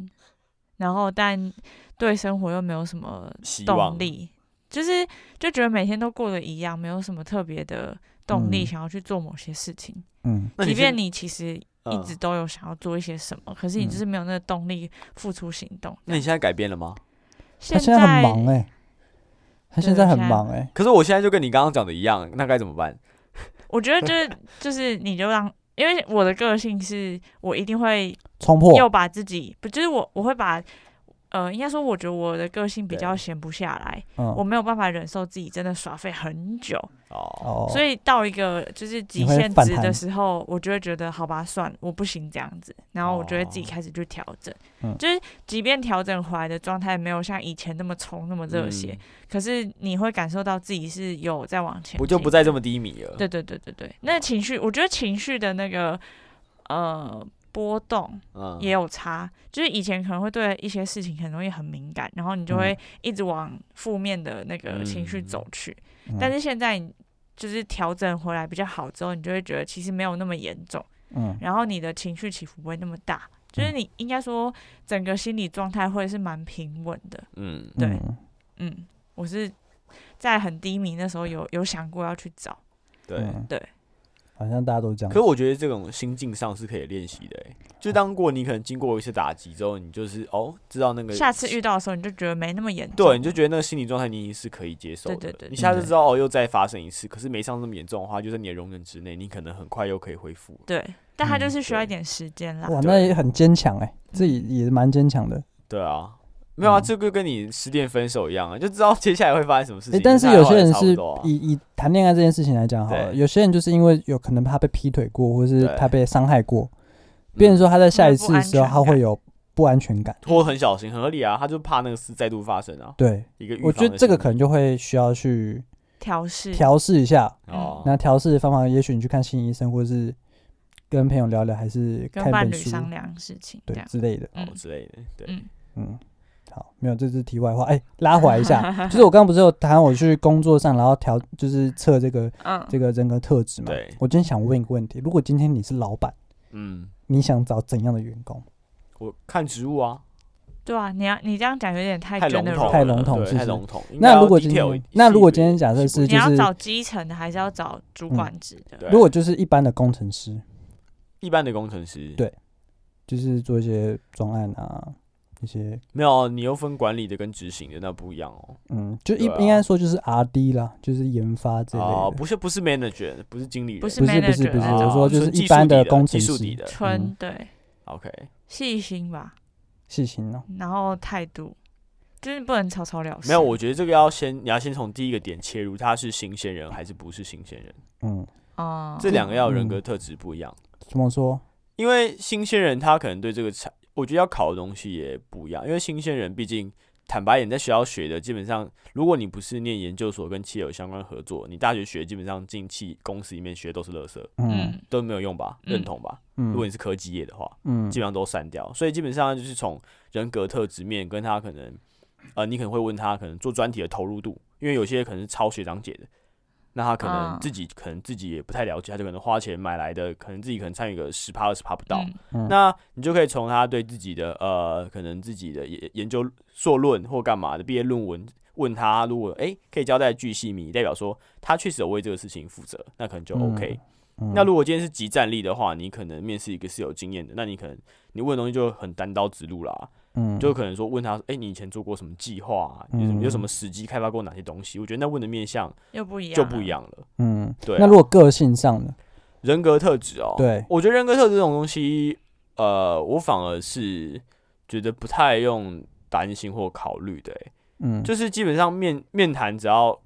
Speaker 2: 然后但对生活又没有什么
Speaker 3: 希望
Speaker 2: 动力，就是就觉得每天都过得一样，没有什么特别的动力
Speaker 1: 嗯
Speaker 2: 想要去做某些事情。
Speaker 1: 嗯，
Speaker 3: 那
Speaker 2: 即
Speaker 3: 你
Speaker 2: 便
Speaker 3: 现
Speaker 2: 你其实一
Speaker 3: 嗯
Speaker 2: 直都有想要做一些什么，可是你
Speaker 1: 嗯
Speaker 2: 就是没有那个动力付出行动。
Speaker 3: 那你现在改变了吗？
Speaker 1: 他
Speaker 2: 现
Speaker 1: 现在很忙哎、他现在很忙哎、
Speaker 3: 可是我现在就跟你刚刚讲的一样，那该怎么办？
Speaker 2: 我觉得就是就是你就让，因为我的个性是我一定会
Speaker 1: 冲破，
Speaker 2: 又把自己不就是我我会把。呃，应该说，我觉得我的个性比
Speaker 3: 对
Speaker 2: 较闲不下来，我
Speaker 1: 嗯，
Speaker 2: 没有办法忍受自己真的耍废很久，
Speaker 3: 哦，
Speaker 1: 哦，
Speaker 2: 所以到一个就是极
Speaker 1: 你会
Speaker 2: 限
Speaker 1: 反
Speaker 2: 值的
Speaker 1: 弹
Speaker 2: 时候，我就会觉得好吧，算了，我不行这样子，然后我就会自己
Speaker 3: 哦
Speaker 2: 开始去调整，
Speaker 1: 嗯
Speaker 2: 就是即便调整回来的状态没有像以前那么冲那么热血，
Speaker 3: 嗯
Speaker 2: 可是你会感受到自己是有在往前，
Speaker 3: 我就不。再这么低迷了。
Speaker 2: 对对对对对，那情绪，我觉得情绪的那个呃波动
Speaker 3: 嗯，
Speaker 2: 也有差，就是以前可能会对一些事情很容易很敏感，然后你就会一直往负面的那个情绪
Speaker 3: 嗯
Speaker 2: 走去，
Speaker 1: 嗯
Speaker 2: 但是现在你就是调整回来比较好之后，你就会觉得其实没有那么严重，
Speaker 1: 嗯
Speaker 2: 然后你的情绪起伏不会那么大，就是
Speaker 3: 嗯
Speaker 2: 你应该说整个心理状态会是蛮平稳的。
Speaker 3: 嗯，
Speaker 2: 对
Speaker 1: 嗯
Speaker 2: 嗯，我是在很低迷的时候有有想过要去找，
Speaker 3: 对。
Speaker 1: 嗯
Speaker 2: 对，
Speaker 1: 好像大家都这样
Speaker 3: 可是。我觉得这种心境上是可以练习的、欸，就当过你可能经过一次打击之后，你就是哦，知道那个
Speaker 2: 下次遇到的时候你就觉得没那么严重，
Speaker 3: 对，你就觉得那个心理状态你已经是可以接受的。
Speaker 2: 对对对
Speaker 3: 你
Speaker 2: 对
Speaker 3: 下次
Speaker 1: 对嗯
Speaker 3: 知道哦，又再发生一次，可是没上次那么严重的话，就在你的容忍之内，你可能很快又可以恢复。
Speaker 2: 对，但它
Speaker 1: 嗯
Speaker 2: 就是需要一
Speaker 3: 对
Speaker 2: 点时间啦。嗯
Speaker 1: 哇，那也很坚强哎，自己也蛮坚强的。
Speaker 3: 对啊，没有啊，
Speaker 1: 嗯
Speaker 3: 这个跟你失恋分手一样啊，就知道接下来会发生什么事
Speaker 1: 欸
Speaker 3: 情。
Speaker 1: 但是
Speaker 3: 那
Speaker 1: 有
Speaker 3: 后
Speaker 1: 些
Speaker 3: 来
Speaker 1: 人
Speaker 3: 差不
Speaker 1: 是
Speaker 3: 多啊
Speaker 1: 以以谈恋爱这件事情来讲好了，
Speaker 3: 对
Speaker 1: 有些人就是因为有可能他被劈腿过，或是
Speaker 3: 对
Speaker 1: 他被伤害过，变成说他在下一次的时候
Speaker 2: 会有不安全感
Speaker 1: 他会有不安全感。
Speaker 3: 嗯拖很小心，很合理啊，他就怕那个事再度发生啊。
Speaker 1: 对，
Speaker 3: 一个预
Speaker 1: 我觉
Speaker 3: 防
Speaker 1: 得
Speaker 3: 的
Speaker 1: 这个
Speaker 3: 心
Speaker 1: 可能就会需要去
Speaker 2: 调试，
Speaker 1: 调试一下。
Speaker 3: 理哦，
Speaker 1: 那调试的方法，也许你去看心理医生，或是跟朋友聊聊，还是
Speaker 2: 跟
Speaker 1: 看一
Speaker 2: 伴
Speaker 1: 本
Speaker 2: 侣
Speaker 1: 书，
Speaker 2: 商量事情这
Speaker 1: 对
Speaker 2: 样。
Speaker 1: 之类的。
Speaker 3: 哦
Speaker 2: 嗯
Speaker 3: 之类的，对，
Speaker 2: 嗯，
Speaker 1: 嗯，好，没有，这是题外 话。哎、拉回来一下， 就是我刚刚不是有谈我去工作上，然后调就是测这个
Speaker 2: 嗯，
Speaker 1: 这个人格特质嘛。
Speaker 3: 啊对
Speaker 1: 我今天想问一个问题：如果今天你是老板，
Speaker 3: 嗯，
Speaker 1: 你想找怎样的员工？
Speaker 3: 我看植物啊，
Speaker 2: 对啊，你要你这样讲有点太
Speaker 3: 太笼
Speaker 2: general
Speaker 3: 统，
Speaker 2: 了，
Speaker 1: 太笼统
Speaker 3: 对
Speaker 1: 是不
Speaker 3: 太
Speaker 1: 是
Speaker 3: 笼统。应该
Speaker 1: 那
Speaker 3: 要
Speaker 1: 如果今
Speaker 3: detail 一
Speaker 1: 天，那如果
Speaker 3: 细
Speaker 1: 今天
Speaker 3: 部
Speaker 1: 假设
Speaker 3: 细
Speaker 1: 是嗯
Speaker 3: 部
Speaker 2: 你
Speaker 1: 就
Speaker 2: 要
Speaker 1: 是，
Speaker 2: 找基层的还是要找主管职的？
Speaker 3: 对
Speaker 1: 如果就是一般的工程师，
Speaker 3: 一般的工程师，
Speaker 1: 对就是做一些专案啊，一些
Speaker 3: 没有啊你又分管理的跟执行的，那不一样哦。
Speaker 1: 嗯，就一、
Speaker 3: 对啊
Speaker 1: 应该说就是 R D 啦，就是研发这类的。
Speaker 3: 哦，不是不是 manager，不是经理人，哦
Speaker 2: 不是
Speaker 1: 不是不是
Speaker 2: manager 啊
Speaker 1: 不是，
Speaker 2: 那
Speaker 1: 我
Speaker 2: 种
Speaker 1: 说就是
Speaker 3: 是
Speaker 1: 一般
Speaker 3: 的
Speaker 1: 工程
Speaker 3: 技术底
Speaker 1: 师，
Speaker 3: 的。
Speaker 2: 纯
Speaker 1: 嗯
Speaker 2: 对
Speaker 3: OK，
Speaker 2: 细心吧，
Speaker 1: 细心哦。
Speaker 2: 然后态度，就是不能草草了事。
Speaker 3: 没有，我觉得这个要先，你要先从第一个点切入，他是新鲜人还是不是新鲜人，
Speaker 1: 嗯，
Speaker 2: 哦，
Speaker 3: 这两个要有人
Speaker 1: 嗯
Speaker 3: 格特质不一样。
Speaker 1: 怎么说？
Speaker 3: 因为新鲜人他可能对这个产，我觉得要考的东西也不一样。因为新鲜人毕竟坦白点，在学校学的基本上，如果你不是念研究所跟企业有相关合作，你大学学基本上进企公司里面学都是垃圾，
Speaker 1: 嗯
Speaker 2: 嗯，
Speaker 3: 都没有用吧？
Speaker 2: 嗯
Speaker 3: 认同吧？如果
Speaker 1: 嗯
Speaker 3: 你是科技业的话，
Speaker 1: 嗯
Speaker 3: 基本上都删掉。所以基本上就是从人格特质面跟他可能，呃，你可能会问他可能做专题的投入度，因为有些可能是抄学长姐的，那他可能
Speaker 2: 嗯
Speaker 3: 自己、可能自己也不太了解，他就可能花钱买来的，可能自己可能参与个十趴二十趴不到。
Speaker 2: 嗯
Speaker 1: 嗯
Speaker 3: 那你就可以从他对自己的呃，可能自己的研研究硕论或干嘛的毕业论文，问他如果诶可以交代巨细靡，代表说他确实有为这个事情负责，那可能就
Speaker 1: 嗯嗯
Speaker 3: OK。那如果今天是集战力的话，你可能面试一个是有经验的，那你可能你问的东西就很单刀直入啦，
Speaker 1: 嗯
Speaker 3: 就可能说问他，诶，你以前做过什么计划、啊，有什么有什
Speaker 1: 嗯
Speaker 3: 么时机开发过哪些东西？我觉得那问的面向
Speaker 2: 又不一样，啊
Speaker 3: 就不一。样了。
Speaker 1: 嗯，
Speaker 3: 对啊、哦
Speaker 1: 那如果个性上呢？
Speaker 3: 人格特质哦，
Speaker 1: 对
Speaker 3: 我觉得人格特质这种东西，呃，我反而是觉得不太用担心或考虑的、欸，
Speaker 1: 嗯，
Speaker 3: 就是基本上面面谈只要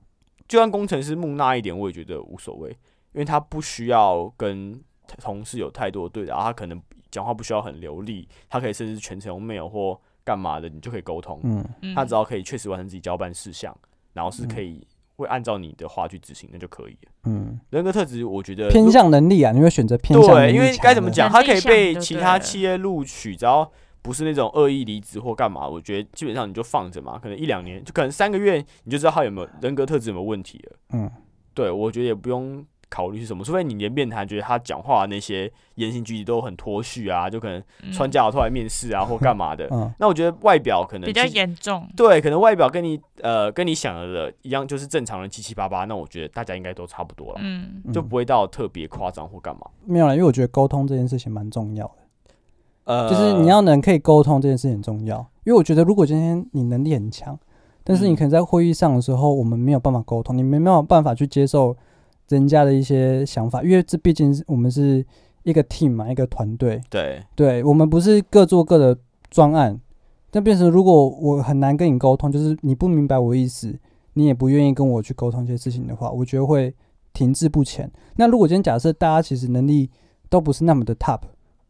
Speaker 3: 就算工程师木讷一点，我也觉得无所谓，因为他不需要跟同事有太多的对答，他可能讲话不需要很流利，他可以甚至全程用 mail 或干嘛的，你就可以沟通，
Speaker 1: 嗯
Speaker 2: 嗯
Speaker 3: 他只要可以确实完成自己交办事项，然后是可以会按照你的话去执行，那就可以了。
Speaker 1: 嗯，
Speaker 3: 人格特质，我觉得
Speaker 1: 偏向能力啊，你会选择偏向能
Speaker 3: 呃对，
Speaker 1: 力
Speaker 3: 因为
Speaker 1: 强
Speaker 3: 该怎么
Speaker 1: 的
Speaker 3: 讲，
Speaker 2: 能
Speaker 3: 他
Speaker 2: 力
Speaker 3: 可以
Speaker 2: 强
Speaker 3: 被
Speaker 2: 就
Speaker 3: 其
Speaker 2: 对
Speaker 3: 他
Speaker 2: 了
Speaker 3: 企业录取，只要不是那种恶意离职或干嘛，我觉得基本上你就放着嘛，可能一两年，就可能三个月，你就知道他有没有人格特质有没有问题了。
Speaker 1: 嗯。
Speaker 3: 对，我觉得也不用考虑是什么，除非你连面谈觉得他讲话那些言行举止都很脱序啊，就可能穿
Speaker 2: 家
Speaker 3: 家伙突来面试啊或干嘛的
Speaker 1: 嗯
Speaker 3: 那我觉得外表可能
Speaker 2: 比较
Speaker 3: 其实
Speaker 2: 严重，
Speaker 3: 对，可能外表跟你呃跟你想的一样，就是正常人七七八八，那我觉得大家应该都差不多了，
Speaker 2: 嗯，
Speaker 1: 嗯
Speaker 3: 就不会到特别夸张或干嘛。
Speaker 1: 没有啦，因为我觉得沟通这件事情蛮重要的，
Speaker 3: 呃，
Speaker 1: 就是你要能可以沟通这件事情很重要。因为我觉得如果今天你能力很强，但是你
Speaker 3: 嗯
Speaker 1: 可能在会议上的时候，我们没有办法沟通，你没没有办法去接受人家的一些想法，因为这毕竟是我们是一个 team 嘛，一个团队，
Speaker 3: 对，
Speaker 1: 对我们不是各做各的专案。但变成如果我很难跟你沟通，就是你不明白我意思，你也不愿意跟我去沟通一些事情的话，我觉得会停滞不前。那如果今天假设大家其实能力都不是那么的 top，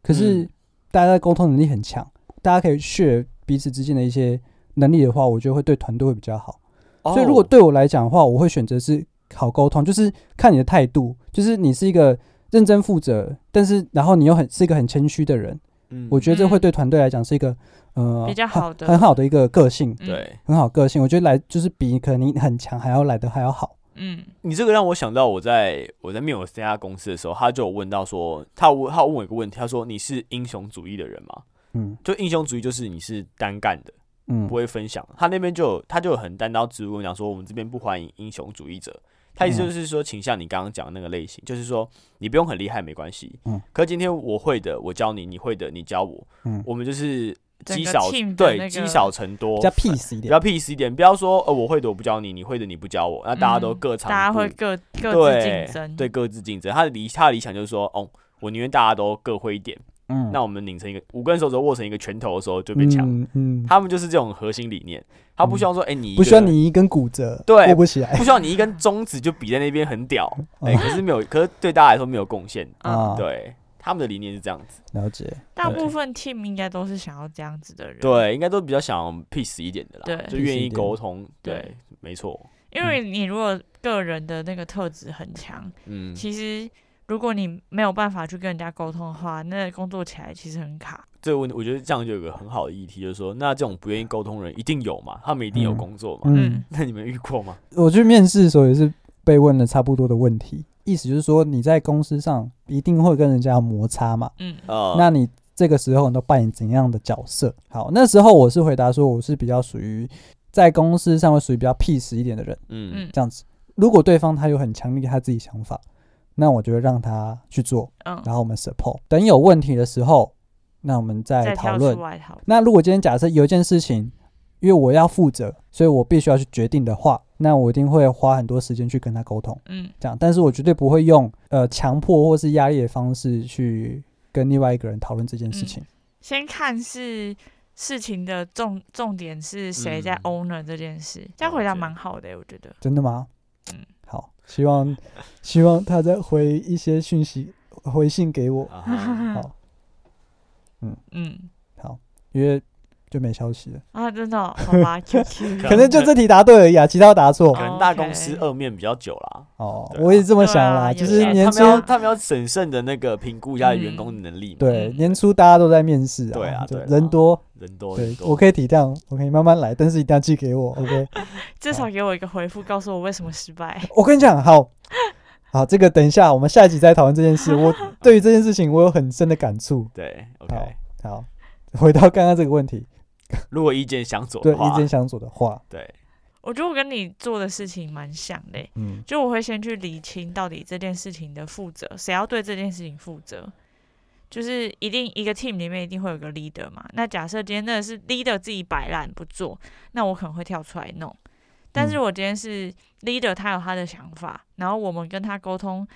Speaker 1: 可是
Speaker 3: 嗯
Speaker 1: 大家的沟通能力很强，大家可以 share 彼此之间的一些能力的话，我觉得会对团队会比较好。所以如果
Speaker 3: 哦
Speaker 1: 对我来讲的话，我会选择是好沟通，就是看你的态度，就是你是一个认真负责，但是然后你又很是一个很谦虚的人。
Speaker 3: 嗯
Speaker 1: 我觉得这会
Speaker 2: 嗯
Speaker 1: 对团队来讲是一个呃
Speaker 2: 比较
Speaker 1: 很
Speaker 2: 好的
Speaker 1: 很好的一个个性，
Speaker 2: 嗯，
Speaker 3: 对
Speaker 1: 很好个性。我觉得来就是比可能你很强还要来的还要好。
Speaker 2: 嗯，
Speaker 3: 你这个让我想到我在我在面我这家公司的时候，他就有问到说，他问他问我一个问题，他说你是英雄主义的人吗？
Speaker 1: 嗯
Speaker 3: 就英雄主义就是你是单干的，
Speaker 1: 嗯
Speaker 3: 不会分享。他那边就有他就有很单刀直入跟我讲说，我们这边不欢迎英雄主义者。他意思就是
Speaker 1: 嗯
Speaker 3: 说，倾向你刚刚讲的那个类型，就是说你不用很厉害没关系，
Speaker 1: 嗯
Speaker 3: 可今天我会的我教你，你会的你教我，
Speaker 1: 嗯
Speaker 3: 我们就是
Speaker 2: 整
Speaker 3: 积
Speaker 2: 个
Speaker 3: 少
Speaker 2: team 的那
Speaker 3: 对
Speaker 2: 个
Speaker 3: 积少成多，
Speaker 1: 比较 peace 一
Speaker 3: 比
Speaker 1: 点
Speaker 3: 较。peace 一点，不要说呃我会的我不教你，你会的你不教我，那大家都
Speaker 2: 嗯
Speaker 3: 各长、
Speaker 2: 大家会各各自
Speaker 3: 对
Speaker 2: 竞争，
Speaker 3: 对，各自竞争。他的理他的理想就是说，哦，我宁愿大家都各挥一点，
Speaker 1: 嗯
Speaker 3: 那我们拧成一个五根手指头握成一个拳头的时候就变强。
Speaker 1: 嗯嗯，
Speaker 3: 他们就是这种核心理念，他不希望说，哎、你一
Speaker 1: 不需要
Speaker 3: 个人
Speaker 1: 你一根骨折，
Speaker 3: 对
Speaker 1: 握不起来
Speaker 3: 不需要你一根中指就比在那边很屌， 哎、
Speaker 1: 哦
Speaker 3: 可是没有，可是对大家来说没有贡献。
Speaker 1: 啊。，
Speaker 3: 对，他们的理念是这样子，
Speaker 1: 了解。
Speaker 2: 大
Speaker 3: 对
Speaker 2: 部分 team 应该都是想要这样子的人，，
Speaker 3: 对，应该都比较想 peace 一点的啦，
Speaker 2: 对
Speaker 3: 就愿
Speaker 1: peace
Speaker 3: 意
Speaker 1: 一点
Speaker 3: 沟通，对，
Speaker 2: 对
Speaker 3: 没错，
Speaker 2: 因为你如果个人的那个特质很强，
Speaker 3: 嗯，
Speaker 2: 其实如果你没有办法去跟人家沟通的话，那工作起来其实很卡。
Speaker 3: 这个问题我觉得这样就有个很好的议题，就是说，那这种不愿意沟通的人一定有嘛，他们一定有
Speaker 1: 嗯
Speaker 3: 工作嘛，
Speaker 1: 嗯
Speaker 2: 嗯，
Speaker 3: 那你们遇过吗？
Speaker 1: 我去面试的时候也是被问了差不多的问题，意思就是说你在公司上一定会跟人家有摩擦嘛。
Speaker 2: 嗯
Speaker 3: 呃，
Speaker 1: 那你这个时候你都扮演怎样的角色？好，那时候我是回答说，我是比较属于在公司上会属于比较 peace 一点的人，
Speaker 3: 嗯
Speaker 2: 嗯
Speaker 1: 这样子。如果对方他有很强烈他自己想法，那我就会让他去做，
Speaker 2: 嗯，
Speaker 1: 然后我们 support。等有问题的时候，那我们再
Speaker 2: 再
Speaker 1: 讨
Speaker 2: 跳
Speaker 1: 论
Speaker 2: 出。来讨
Speaker 1: 那如果今天假设有一件事情，因为我要负责，所以我必须要去决定的话，那我一定会花很多时间去跟他沟通，
Speaker 2: 嗯
Speaker 1: 这样。但是我绝对不会用呃强迫或是压力的方式去跟另外一个人讨论这件事
Speaker 2: 嗯
Speaker 1: 情。
Speaker 2: 先看是事情的重重点是谁在
Speaker 3: 嗯
Speaker 2: owner 这件事，这样回答
Speaker 3: 了解
Speaker 2: 蛮好的、我觉得。
Speaker 1: 真的吗？
Speaker 2: 嗯
Speaker 1: 好，希望希望他再回一些讯息
Speaker 3: 哦
Speaker 1: 回信给我。
Speaker 3: 啊哈
Speaker 1: 好，
Speaker 2: 嗯，
Speaker 1: 好，因为就没消息了。
Speaker 2: 啊，真的哦、好吧，QQ，
Speaker 3: 可
Speaker 1: 可能就这题答对而已啊，其他都答错
Speaker 3: 可。能大公司二面比较久啦。
Speaker 1: 哦，
Speaker 3: 对啊
Speaker 1: 我也是这么想啦，
Speaker 2: 对啊
Speaker 1: 就
Speaker 2: 有
Speaker 1: 是
Speaker 2: 些
Speaker 1: 年
Speaker 3: 他
Speaker 1: 初
Speaker 3: 们要他们要审慎的那个评估一下员工的能力嘛。
Speaker 1: 对
Speaker 2: 嗯
Speaker 1: 年初大家都在面试啊，
Speaker 3: 对啊
Speaker 1: 就
Speaker 3: 对啊
Speaker 1: 人多，
Speaker 3: 人多人
Speaker 1: 对
Speaker 3: 多，
Speaker 1: 我可以体谅，我可以慢慢来，但是一定要寄给我，OK。
Speaker 2: 至少给我一个回复，告诉我为什么失败。
Speaker 1: 我跟你讲，好好，这个等一下我们下一集再讨论这件事。我
Speaker 3: 啊
Speaker 1: 对于这件事情我有很深的感触。
Speaker 3: 对，OK
Speaker 1: 好。好，回到刚刚这个问题，
Speaker 3: 如果意见相左
Speaker 1: 对
Speaker 3: 的话
Speaker 1: 意，见相左的话，
Speaker 3: 对，
Speaker 2: 我觉得我跟你做的事情蛮像的欸、
Speaker 1: 嗯，
Speaker 2: 就我会先去理清到底这件事情的负责，谁要对这件事情负责。就是一定一个 team 里面一定会有个 leader 嘛。那假设今天真的是 leader 自己摆烂不做，那我可能会跳出来弄。但是
Speaker 1: 嗯
Speaker 2: 我今天是 leader，他有他的想法，然后我们跟他沟通，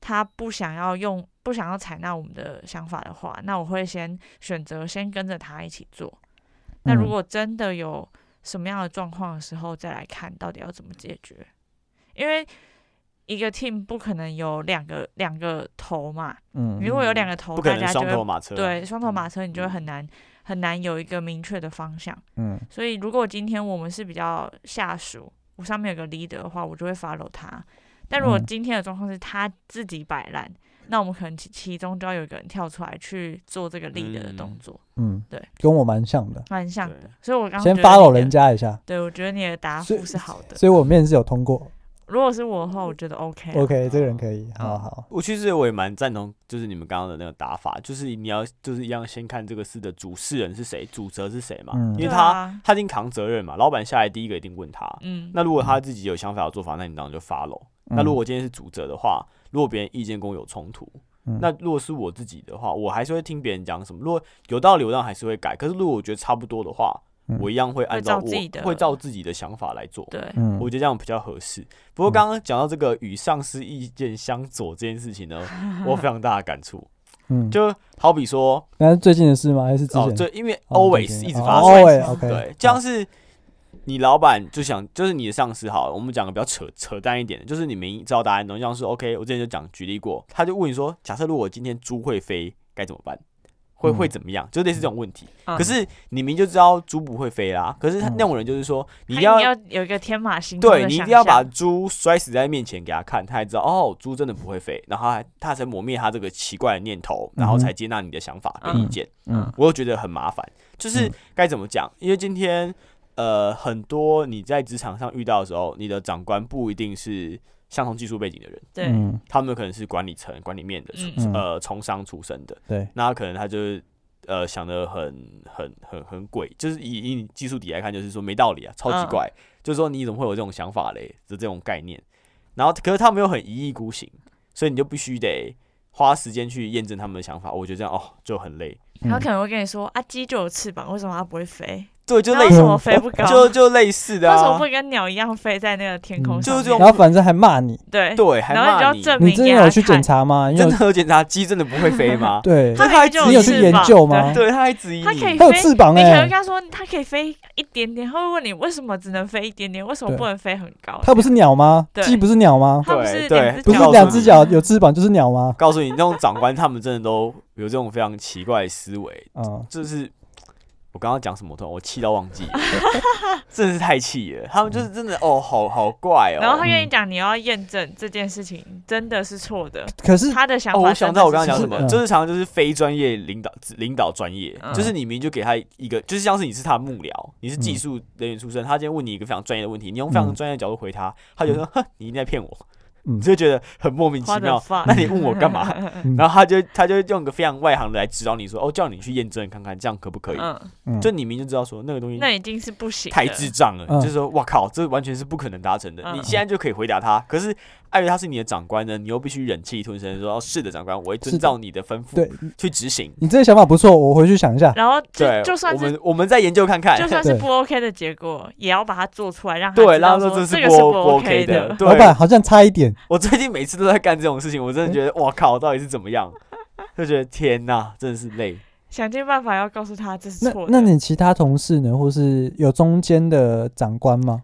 Speaker 2: 他不想要用不想要采纳我们的想法的话，那我会先选择先跟着他一起做。那如
Speaker 1: 嗯
Speaker 2: 果真的有什么样的状况的时候，再来看到底要怎么解决。因为一个 team 不可能有两个两个头嘛，
Speaker 1: 嗯
Speaker 2: 如果有两个头，
Speaker 3: 不可
Speaker 2: 大
Speaker 3: 能
Speaker 2: 家就
Speaker 3: 双头
Speaker 2: 会
Speaker 3: 马车。，
Speaker 2: 对双头马车，你就会
Speaker 3: 嗯
Speaker 2: 很难很难有一个明确的方向。
Speaker 1: 嗯
Speaker 2: 所以如果今天我们是比较下属，我上面有个 leader 的话，我就会 follow 他。但如果
Speaker 1: 嗯
Speaker 2: 今天的状况是他自己摆烂，那我们可能其其中就要有一个人跳出来去做这个 leader 的动
Speaker 3: 嗯
Speaker 2: 作，
Speaker 1: 嗯，
Speaker 2: 对，
Speaker 1: 跟我蛮像的，
Speaker 2: 蛮像
Speaker 3: 对
Speaker 2: 的。所以我刚刚
Speaker 1: 先
Speaker 2: 觉得你
Speaker 1: follow
Speaker 2: 的
Speaker 1: 人，家一下，
Speaker 2: 对我觉得你的答
Speaker 1: 所以
Speaker 2: 复是好的。
Speaker 1: 所以我面试有通过
Speaker 2: 如果是我的话，我觉得 OK 啊、
Speaker 1: ，OK，这个人可以，好
Speaker 2: 嗯
Speaker 1: 好，
Speaker 3: 我其实我也蛮赞同，就是你们刚刚的那个打法，就是你要就是一样先看这个事的主事人是谁，主责是谁嘛，
Speaker 1: 嗯
Speaker 3: 因
Speaker 2: 对
Speaker 3: 为他
Speaker 2: 啊
Speaker 3: 他一定扛责任嘛，老板下来第一个一定问他。
Speaker 2: 嗯，
Speaker 3: 那如果他自己有想法有做法，那你当然就 follow。那
Speaker 1: 嗯
Speaker 3: 如果今天是主责的话，如果别人意见跟我有冲突，
Speaker 1: 嗯
Speaker 3: 那如果是我自己的话，我还是会听别人讲什么。如果有道理，我当然还是会改。可是如果我觉得差不多的话，
Speaker 1: 嗯
Speaker 3: 我一样会按
Speaker 2: 会照
Speaker 3: 照我
Speaker 2: 自己的
Speaker 3: 会照自己的想法来做。
Speaker 2: 对，
Speaker 1: 嗯
Speaker 2: 嗯
Speaker 3: 我觉得这样比较合适。不过刚刚讲到这个与上司意见相左这件事情 呢，我非常大的感触。
Speaker 1: 嗯，
Speaker 3: 就好比说，
Speaker 1: 那是最近的事吗？还是之
Speaker 3: 哦，
Speaker 1: 前
Speaker 3: 对，因为
Speaker 1: 哦最
Speaker 3: always
Speaker 1: 近
Speaker 3: 一直
Speaker 1: 哦
Speaker 3: 发生，
Speaker 1: always
Speaker 2: 嗯
Speaker 1: OK，
Speaker 3: 对，这样是你老板就想，就是你的上司好了，我们讲个比较扯扯淡一点的，就是你明知道答案，然后像是 OK，我之前就讲举例过，他就问你说，假设如果今天猪会飞该怎么办？会会
Speaker 1: 嗯
Speaker 3: 怎么样？就类似这种问题。
Speaker 2: 嗯
Speaker 3: 可是你明就知道猪不会飞啦，可是他
Speaker 1: 嗯
Speaker 3: 那种人就是说，你一
Speaker 2: 他
Speaker 3: 定要
Speaker 2: 有一个天马行空的
Speaker 3: 对你一定要把
Speaker 2: 想象
Speaker 3: 猪摔死在面前给他看，他才知道哦，猪真的不会飞，然后他他才磨灭他这个奇怪的念头，然后
Speaker 1: 嗯哼
Speaker 3: 才接纳你的想法跟意
Speaker 2: 嗯
Speaker 3: 见。
Speaker 1: 嗯
Speaker 3: 我又觉得很麻烦，就是
Speaker 1: 嗯
Speaker 3: 该怎么讲？因为今天呃，很多你在职场上遇到的时候，你的长官不一定是相同技术背景的人，
Speaker 2: 对、
Speaker 1: 嗯
Speaker 3: 他们可能是管理层、管理面的，
Speaker 2: 嗯
Speaker 1: 嗯
Speaker 3: 呃，从商出身的，
Speaker 1: 对，
Speaker 3: 那他可能他就是。呃，想的很很很很鬼，就是以以你技术底来看，就是说没道理啊，超级
Speaker 2: 嗯
Speaker 3: 怪，就是说你怎么会有这种想法嘞的这种概念，然后可是他们又很一意孤行，所以你就必须得花时间去验证他们的想法，我觉得这样哦就很累，
Speaker 1: 嗯
Speaker 2: 他可能会跟你说啊，鸡就有翅膀，为什么它不会飞？
Speaker 3: 对，就
Speaker 2: 那
Speaker 3: 类
Speaker 2: 为
Speaker 3: 似
Speaker 2: 什么飞不高？
Speaker 3: 就就类似的
Speaker 2: 为什么
Speaker 3: 啊
Speaker 2: 不，跟鸟一样飞在那个天空
Speaker 1: 嗯
Speaker 2: 上面？
Speaker 3: 就是这
Speaker 1: 然后反正还骂你，
Speaker 2: 对，
Speaker 3: 对，还
Speaker 2: 然后
Speaker 3: 骂
Speaker 2: 你
Speaker 3: 你
Speaker 2: 就要证
Speaker 1: 你
Speaker 2: 明
Speaker 1: 之
Speaker 2: 给
Speaker 1: 前
Speaker 2: 他
Speaker 1: 有去检
Speaker 2: 看，
Speaker 1: 查吗？你有？
Speaker 3: 真的有检查鸡真的不会飞吗
Speaker 1: 对，
Speaker 3: 他
Speaker 2: 它
Speaker 3: 还
Speaker 2: 明明就
Speaker 1: 你有去
Speaker 2: 翅
Speaker 1: 研
Speaker 2: 膀
Speaker 1: 究吗
Speaker 2: 对
Speaker 3: 对，他还质疑
Speaker 2: 它可以
Speaker 3: 你，
Speaker 1: 它有翅膀
Speaker 2: 你可能
Speaker 1: 哎
Speaker 2: 跟、他说它可以飞一点点，他会问你为什么只能飞一点点，为什么
Speaker 1: 对
Speaker 2: 不能飞很高？
Speaker 1: 它不是鸟吗？
Speaker 2: 对
Speaker 1: 鸡不是鸟吗？
Speaker 2: 它不是
Speaker 3: 对对
Speaker 2: 两
Speaker 1: 不
Speaker 2: 只
Speaker 1: 是
Speaker 2: 脚
Speaker 1: 两
Speaker 2: 吗
Speaker 1: 只脚有翅膀就是鸟吗？
Speaker 3: 告诉你，那种长官他们真的都有这种非常奇怪的思维，
Speaker 1: 嗯，
Speaker 3: 就是我刚刚讲什么突然我气到忘记了，真的是太气了，他们就是真的哦，好好怪
Speaker 2: 然后他
Speaker 3: 哦。
Speaker 2: 愿意
Speaker 1: 嗯
Speaker 2: 讲，你要验证这件事情真的是错的，
Speaker 1: 可是
Speaker 2: 他的想法
Speaker 3: 哦，我
Speaker 2: 真的是错的。
Speaker 3: 想到我刚刚讲什么
Speaker 1: 嗯，
Speaker 3: 就是常常就是非专业领导领导专业，
Speaker 2: 嗯
Speaker 3: 就是你明明就给他一个，就是像是你是他的幕僚，你是技术人员出身，他今天问你一个非常专业的问题，你用非常
Speaker 1: 嗯
Speaker 3: 专业的角度回他，他就说哼，你一定在骗我，
Speaker 1: 嗯
Speaker 3: 你就觉得很莫名其
Speaker 2: What the
Speaker 3: 妙
Speaker 2: fuck？。
Speaker 3: 那你问我干 嘛？
Speaker 1: 嗯
Speaker 3: 然后他就他就用一个非常外行的来指导你说，哦，叫你去验证看看，这样可不可以？
Speaker 2: 嗯，
Speaker 1: 嗯
Speaker 3: 就你明就知道说那个东西
Speaker 2: 那已经是不行
Speaker 3: 太
Speaker 2: 了
Speaker 3: 智障了，
Speaker 1: 嗯
Speaker 3: 就是说，哇靠，这完全是不可能达成的。
Speaker 2: 嗯
Speaker 3: 你现在就可以回答他，可是碍于他是你的长官呢，你又必须忍气吞声说，哦，是的，长官，我会遵照你的吩咐
Speaker 1: 对
Speaker 3: 去执行。
Speaker 1: 你这个想法不错，我回去想一下。
Speaker 2: 然后就
Speaker 3: 对，
Speaker 2: 就算
Speaker 3: 我
Speaker 2: 是
Speaker 3: 们我们再研究看看
Speaker 2: 就。算是
Speaker 1: 对
Speaker 2: 不 OK 的结果，也要把它做出来，让他
Speaker 3: 对，
Speaker 2: 知
Speaker 3: 然
Speaker 2: 道
Speaker 3: 后说
Speaker 2: 这
Speaker 3: 是
Speaker 2: 个
Speaker 3: 不
Speaker 2: 是
Speaker 3: OK
Speaker 2: 的。
Speaker 1: 老
Speaker 3: 对
Speaker 1: 板，好像差一点，
Speaker 3: 我最近每次都在干这种事情，我真的觉得，哇靠，到底是怎么样？就觉得天呐，真的是累。
Speaker 2: 想尽办法要告诉他这是
Speaker 1: 那
Speaker 2: 错的。
Speaker 1: 那你其他同事呢，或是有中间的长官吗？